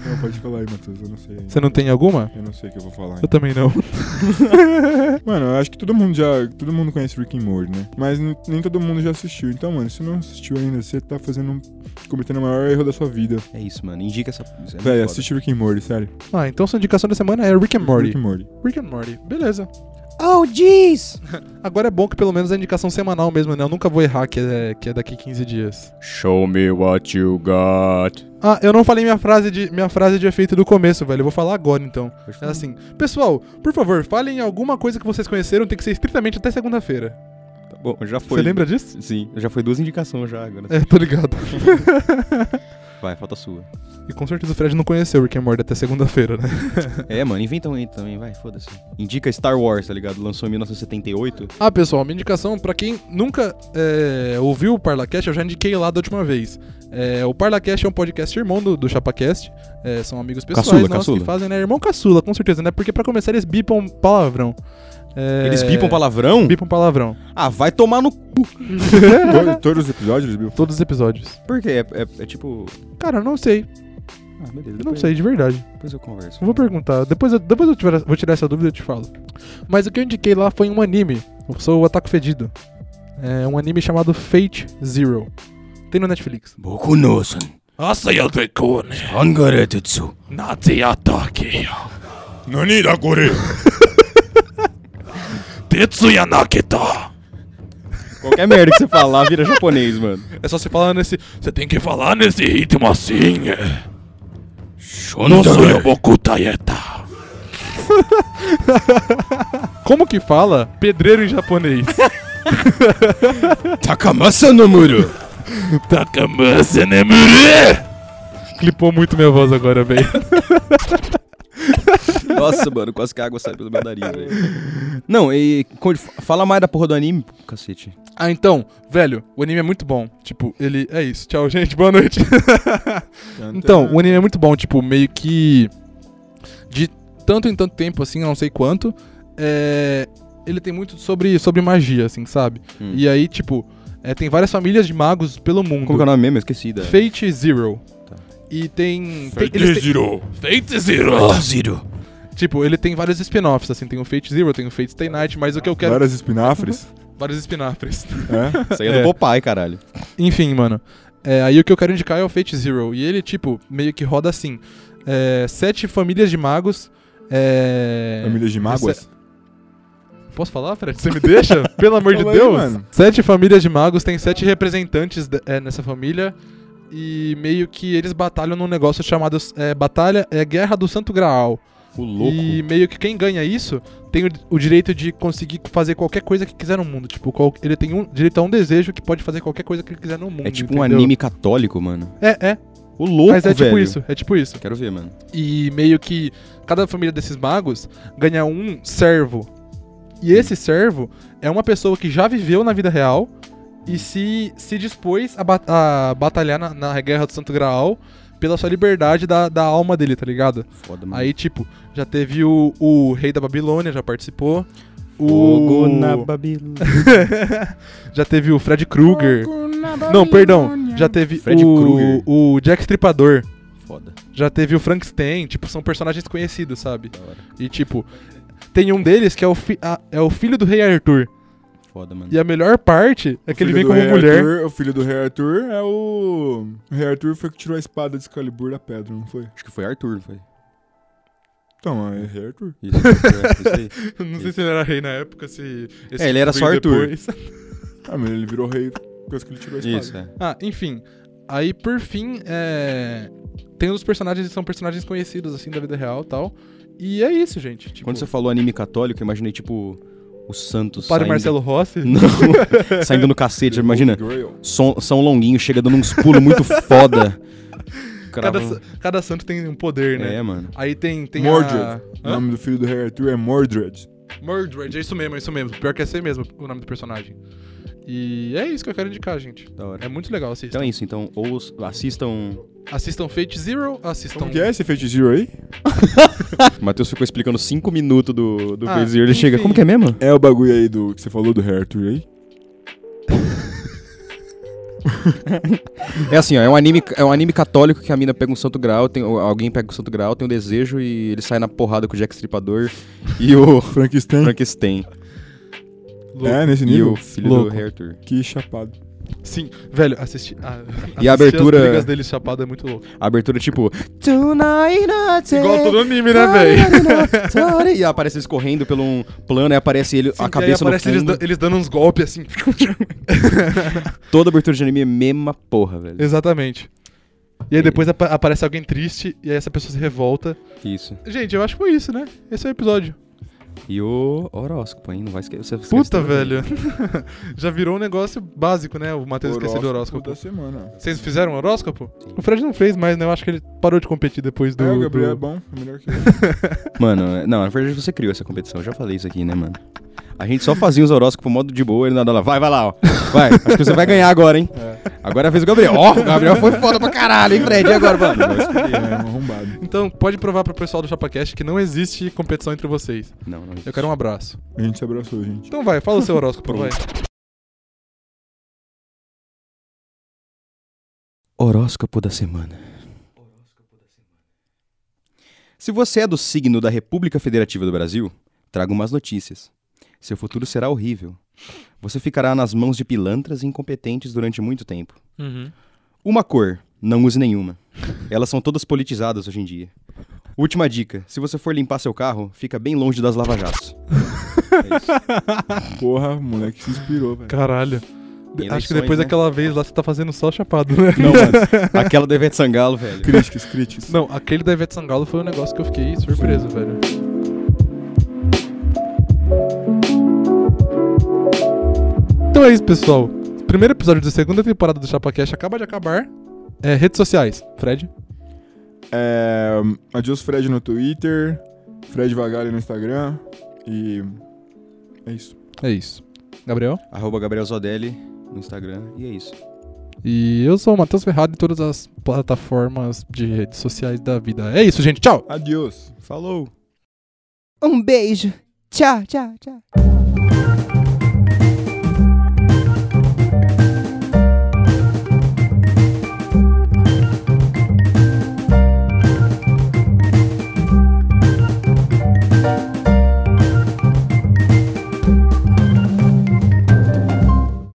S3: Não, pode falar aí, Matheus, eu não sei.
S2: Você não tem alguma?
S3: Eu não sei o que eu vou falar.
S2: Eu também *laughs* não.
S3: Mano, eu acho que todo mundo já. Todo mundo conhece Rick and Morty, né? Mas n- nem todo mundo já assistiu. Então, mano, se não assistiu ainda, você tá fazendo. um- cometendo o maior erro da sua vida.
S1: É isso, mano. Indica essa. isso é muito
S3: Véi,
S1: foda.
S3: assiste Rick and Morty, sério.
S2: Ah, então sua indicação da semana é Rick and Morty.
S3: Rick and Morty.
S2: Rick and Morty, beleza.
S1: Oh, jeez!
S2: *laughs* Agora é bom que pelo menos é indicação semanal mesmo, né? Eu nunca vou errar que é, que é daqui 15 dias.
S1: Show me what you got.
S2: Ah, eu não falei minha frase de, minha frase de efeito do começo, velho. Eu vou falar agora então. É assim. Pessoal, por favor, falem alguma coisa que vocês conheceram, tem que ser estritamente até segunda-feira.
S1: Tá bom, já foi.
S2: Você lembra disso?
S1: Sim, já foi duas indicações já agora.
S2: É, tô ligado. É.
S1: Vai, falta a sua.
S2: E com certeza o Fred não conheceu Rick and Morty até segunda-feira, né?
S1: É, mano, inventa um aí também, vai, foda-se. Indica Star Wars, tá ligado? Lançou em 1978.
S2: Ah, pessoal, minha indicação, pra quem nunca é, ouviu o Parlacast, eu já indiquei lá da última vez. É, o Parlacast é um podcast irmão do, do ChapaCast. É, são amigos pessoais
S1: Caçula,
S2: nossos
S1: caçula.
S2: que fazem, né? Irmão caçula, com certeza, né? Porque pra começar eles bipam palavrão. É,
S1: Eles bipam palavrão?
S2: Bipam palavrão.
S1: Ah, vai tomar no cu.
S3: To- todos os episódios, Bill?
S2: Todos os episódios.
S1: Por quê? É, é- é tipo.
S2: Cara, eu não sei.
S1: Ah, beleza.
S2: Não
S1: depois-
S2: sei, de verdade.
S1: Depois eu converso.
S2: Eu Vou perguntar. Depois eu, depois eu tiver- vou tirar essa dúvida e eu te falo. Mas o que eu indiquei lá foi um anime. Eu sou o Ataco Fedido. É um anime chamado Fate Zero. Tem no Netflix.
S1: Boku no san. Hangaretsu.
S3: Nani da Coreia!
S1: Qualquer merda que você falar vira japonês, mano.
S2: É só você falar nesse. Você tem que falar nesse ritmo assim. é. Como que fala pedreiro em *laughs* japonês?
S1: Takamasa no muro.
S2: Clipou muito minha voz agora, velho.
S1: Nossa, mano, quase que a água sai pelo meu nariz, velho. Não, e co- fala mais da porra do anime, cacete.
S2: ah, então, velho, o anime é muito bom. Tipo, ele. É isso. Tchau, gente. Boa noite. *laughs* Então, o anime é muito bom, tipo, meio que. De tanto em tanto tempo, assim, eu não sei quanto. é, Ele tem muito sobre, sobre magia, assim, sabe?
S1: Hum.
S2: E aí, tipo, é, tem várias famílias de magos pelo mundo.
S1: Como que é o nome mesmo? Eu Esqueci da.
S2: Fate Zero.
S1: Tá.
S2: E tem.
S3: Fate
S2: eles têm-
S3: Zero.
S2: Fate Zero! Tipo, ele tem vários spin-offs, assim, tem o Fate Zero, tem o Fate Stay Night, mas o que eu quero. *laughs*
S3: Várias espinafres.
S2: Vários spin-offs.
S3: é?
S1: Isso aí é do
S2: É.
S1: Popeye, caralho.
S2: Enfim, mano. é, aí o que eu quero indicar é o Fate Zero. E ele, tipo, meio que roda assim. é, sete famílias de magos. É,
S3: Famílias de mágoas?
S2: Posso falar, Fred? Você me deixa? Pelo amor de
S3: Fala aí,
S2: Deus.
S3: mano.
S2: sete famílias de magos, tem sete representantes de- é, nessa família. E meio que eles batalham num negócio chamado é, Batalha é Guerra do Santo Graal.
S1: O louco.
S2: E meio que quem ganha isso tem o, o direito de conseguir fazer qualquer coisa que quiser no mundo. Tipo, qual- ele tem um, direito a um desejo que pode fazer qualquer coisa que ele quiser no mundo.
S1: É tipo um
S2: entendeu?
S1: anime católico, mano.
S2: É, é.
S1: O louco,
S2: mas é tipo
S1: velho.
S2: isso, é tipo isso.
S1: Quero ver, mano.
S2: E meio que cada família desses magos ganha um servo. E esse servo é uma pessoa que já viveu na vida real e se, se dispôs a, ba- a batalhar na, na Guerra do Santo Graal pela sua liberdade da, da alma dele, tá ligado?
S1: Foda, mano.
S2: Aí, tipo, já teve o, o rei da Babilônia, já participou. O...
S1: Fogo na Babilônia.
S2: *laughs* já teve o Fred Krueger. Não, perdão. Já teve
S1: Fred Krueger.
S2: o, o Jack Stripador.
S1: Foda.
S2: Já teve o Frankenstein. Tipo, são personagens conhecidos, sabe?
S1: Da hora.
S2: E tipo, tem um deles que é o, fi- a- é o filho do rei Arthur.
S1: Foda, mano.
S2: E a melhor parte é que ele vem
S3: Filho
S2: como
S3: do rei
S2: mulher.
S3: Arthur- o filho do rei Arthur é o... O rei Arthur foi que tirou a espada de Excalibur da pedra, não foi?
S1: Acho que foi Arthur, não foi?
S3: Então, é rei Arthur.
S1: Isso, Arthur, é, *laughs* isso aí.
S2: *laughs* Não sei se ele era rei na época, se. esse
S1: É, ele era
S2: veio
S1: só Arthur. *laughs*
S2: depois.
S3: Ah, mas ele virou rei depois que ele tirou a espada.
S1: Isso, é.
S2: ah, enfim. Aí, por fim, é... tem uns personagens que são personagens conhecidos, assim, da vida real e tal. E é isso, gente. Tipo,
S1: Quando você falou anime católico, eu imaginei, tipo, o Santos
S2: o padre
S1: saindo...
S2: Marcelo Rossi.
S1: *laughs* Não, saindo no cacete, imagina.
S3: Grail.
S1: São, São Longuinho chega dando uns pulos muito foda.
S2: *laughs* Cada,
S1: Cravo-
S2: sa- cada santo tem um poder, né?
S1: É, mano.
S2: Aí tem. tem a...
S3: Mordred. O
S2: Hã?
S3: nome do filho do rei Arthur é Mordred.
S2: Mordred, é isso mesmo, é isso mesmo. Pior que é ser mesmo o nome do personagem. E é isso que eu quero indicar, gente.
S1: Da hora.
S2: É muito legal assistir.
S1: Então é isso, então. Ou os- assistam.
S2: Assistam Fate Zero, assistam.
S3: Como que é esse efeito zero aí?
S1: O Matheus ficou explicando 5 minutos do, do
S2: Ah,
S1: Crazy Earth, Ele chega.
S2: enfim.
S1: Como que é mesmo?
S3: É o bagulho aí do que você falou do rei Arthur aí?
S1: É assim, ó, é um anime, é um anime católico que a mina pega um santo grau, tem, alguém pega um santo grau, tem um desejo e ele sai na porrada com o Jack Stripador e
S2: *laughs*
S1: o
S3: Frankenstein.
S1: Frankenstein.
S2: Louco.
S3: É, nesse
S1: E
S3: nível?
S1: o filho
S2: Louco.
S1: do Rei Arthur.
S3: Que chapado.
S2: Sim, velho, assisti. ah, assistir
S1: abertura-
S2: As brigas dele chapado é muito louco.
S1: A abertura, tipo. Tonight I take-
S2: Igual todo
S1: *laughs*
S2: anime, né, velho?
S1: E aparece eles correndo pelo um plano, aí aparece ele,
S2: Sim,
S1: a
S2: que aí
S1: cabeça no
S2: aparece eles,
S1: fundo.
S2: da- eles dando uns
S1: *laughs*
S2: golpes assim.
S1: Toda abertura de anime é mesma porra, velho.
S2: Exatamente. E aí depois apa- aparece alguém triste e aí essa pessoa se revolta.
S1: Isso.
S2: Gente, eu acho que foi isso, né? Esse é o episódio.
S1: E o horóscopo, hein? Não vai esquecer. você
S2: Puta,
S1: esqueceu, né?
S2: velho. *laughs* Já virou um negócio básico, né? O Matheus esqueceu do horóscopo.
S3: da semana.
S2: Vocês fizeram um horóscopo? O Fred não fez mais, né? Eu acho que ele parou de competir depois do.
S3: é, o Gabriel é
S2: do-
S3: bom, é melhor que
S1: *laughs*
S3: eu.
S1: Mano, é, não, na verdade você criou essa competição, eu já falei isso aqui, né, mano? A gente só fazia os horóscopos modo de boa, ele nada lá, vai, vai lá, ó. Vai, acho que você vai ganhar agora, hein? Agora é a vez do Gabriel. Ó, o Gabriel foi foda pra caralho, hein, Fred? E
S3: *laughs*
S1: agora, mano?
S3: é, um arrombado.
S2: *laughs* Então, pode provar pro pessoal do ChapaCast que não existe competição entre vocês.
S1: Não, não.
S2: Eu quero um abraço.
S3: A gente se abraçou, gente.
S2: Então vai, fala o seu horóscopo, vai.
S1: um Horóscopo da semana. Se você é do signo da República Federativa do Brasil, trago umas notícias. Seu futuro será horrível. Você ficará nas mãos de pilantras e incompetentes durante muito tempo. Uma cor, não use nenhuma. Elas são todas politizadas hoje em dia. Última dica: se você for limpar seu carro, fica bem longe das lavajatos.
S3: Porra, o moleque se inspirou, velho.
S2: Caralho. De-
S1: Eleições,
S2: acho que depois
S1: né?
S2: daquela vez lá você tá fazendo só chapado, né?
S1: Não, mas aquela do Ivete Sangalo, velho.
S3: Críticas, críticas.
S2: Não, aquele da Ivete Sangalo foi um negócio que eu fiquei surpreso, velho. Então é isso, pessoal. Primeiro episódio da segunda temporada do ChapaCast acaba de acabar. É, redes sociais. Fred?
S3: É, adios Fred no Twitter, Fred Vagalho no Instagram e é isso.
S2: É isso. Gabriel?
S1: Arroba Gabriel Zodelli no Instagram. E é isso.
S2: E eu sou o Matheus Ferrado em todas as plataformas de redes sociais da vida. É isso, gente. Tchau!
S3: Adios. Falou.
S6: Um beijo. Tchau, tchau, tchau.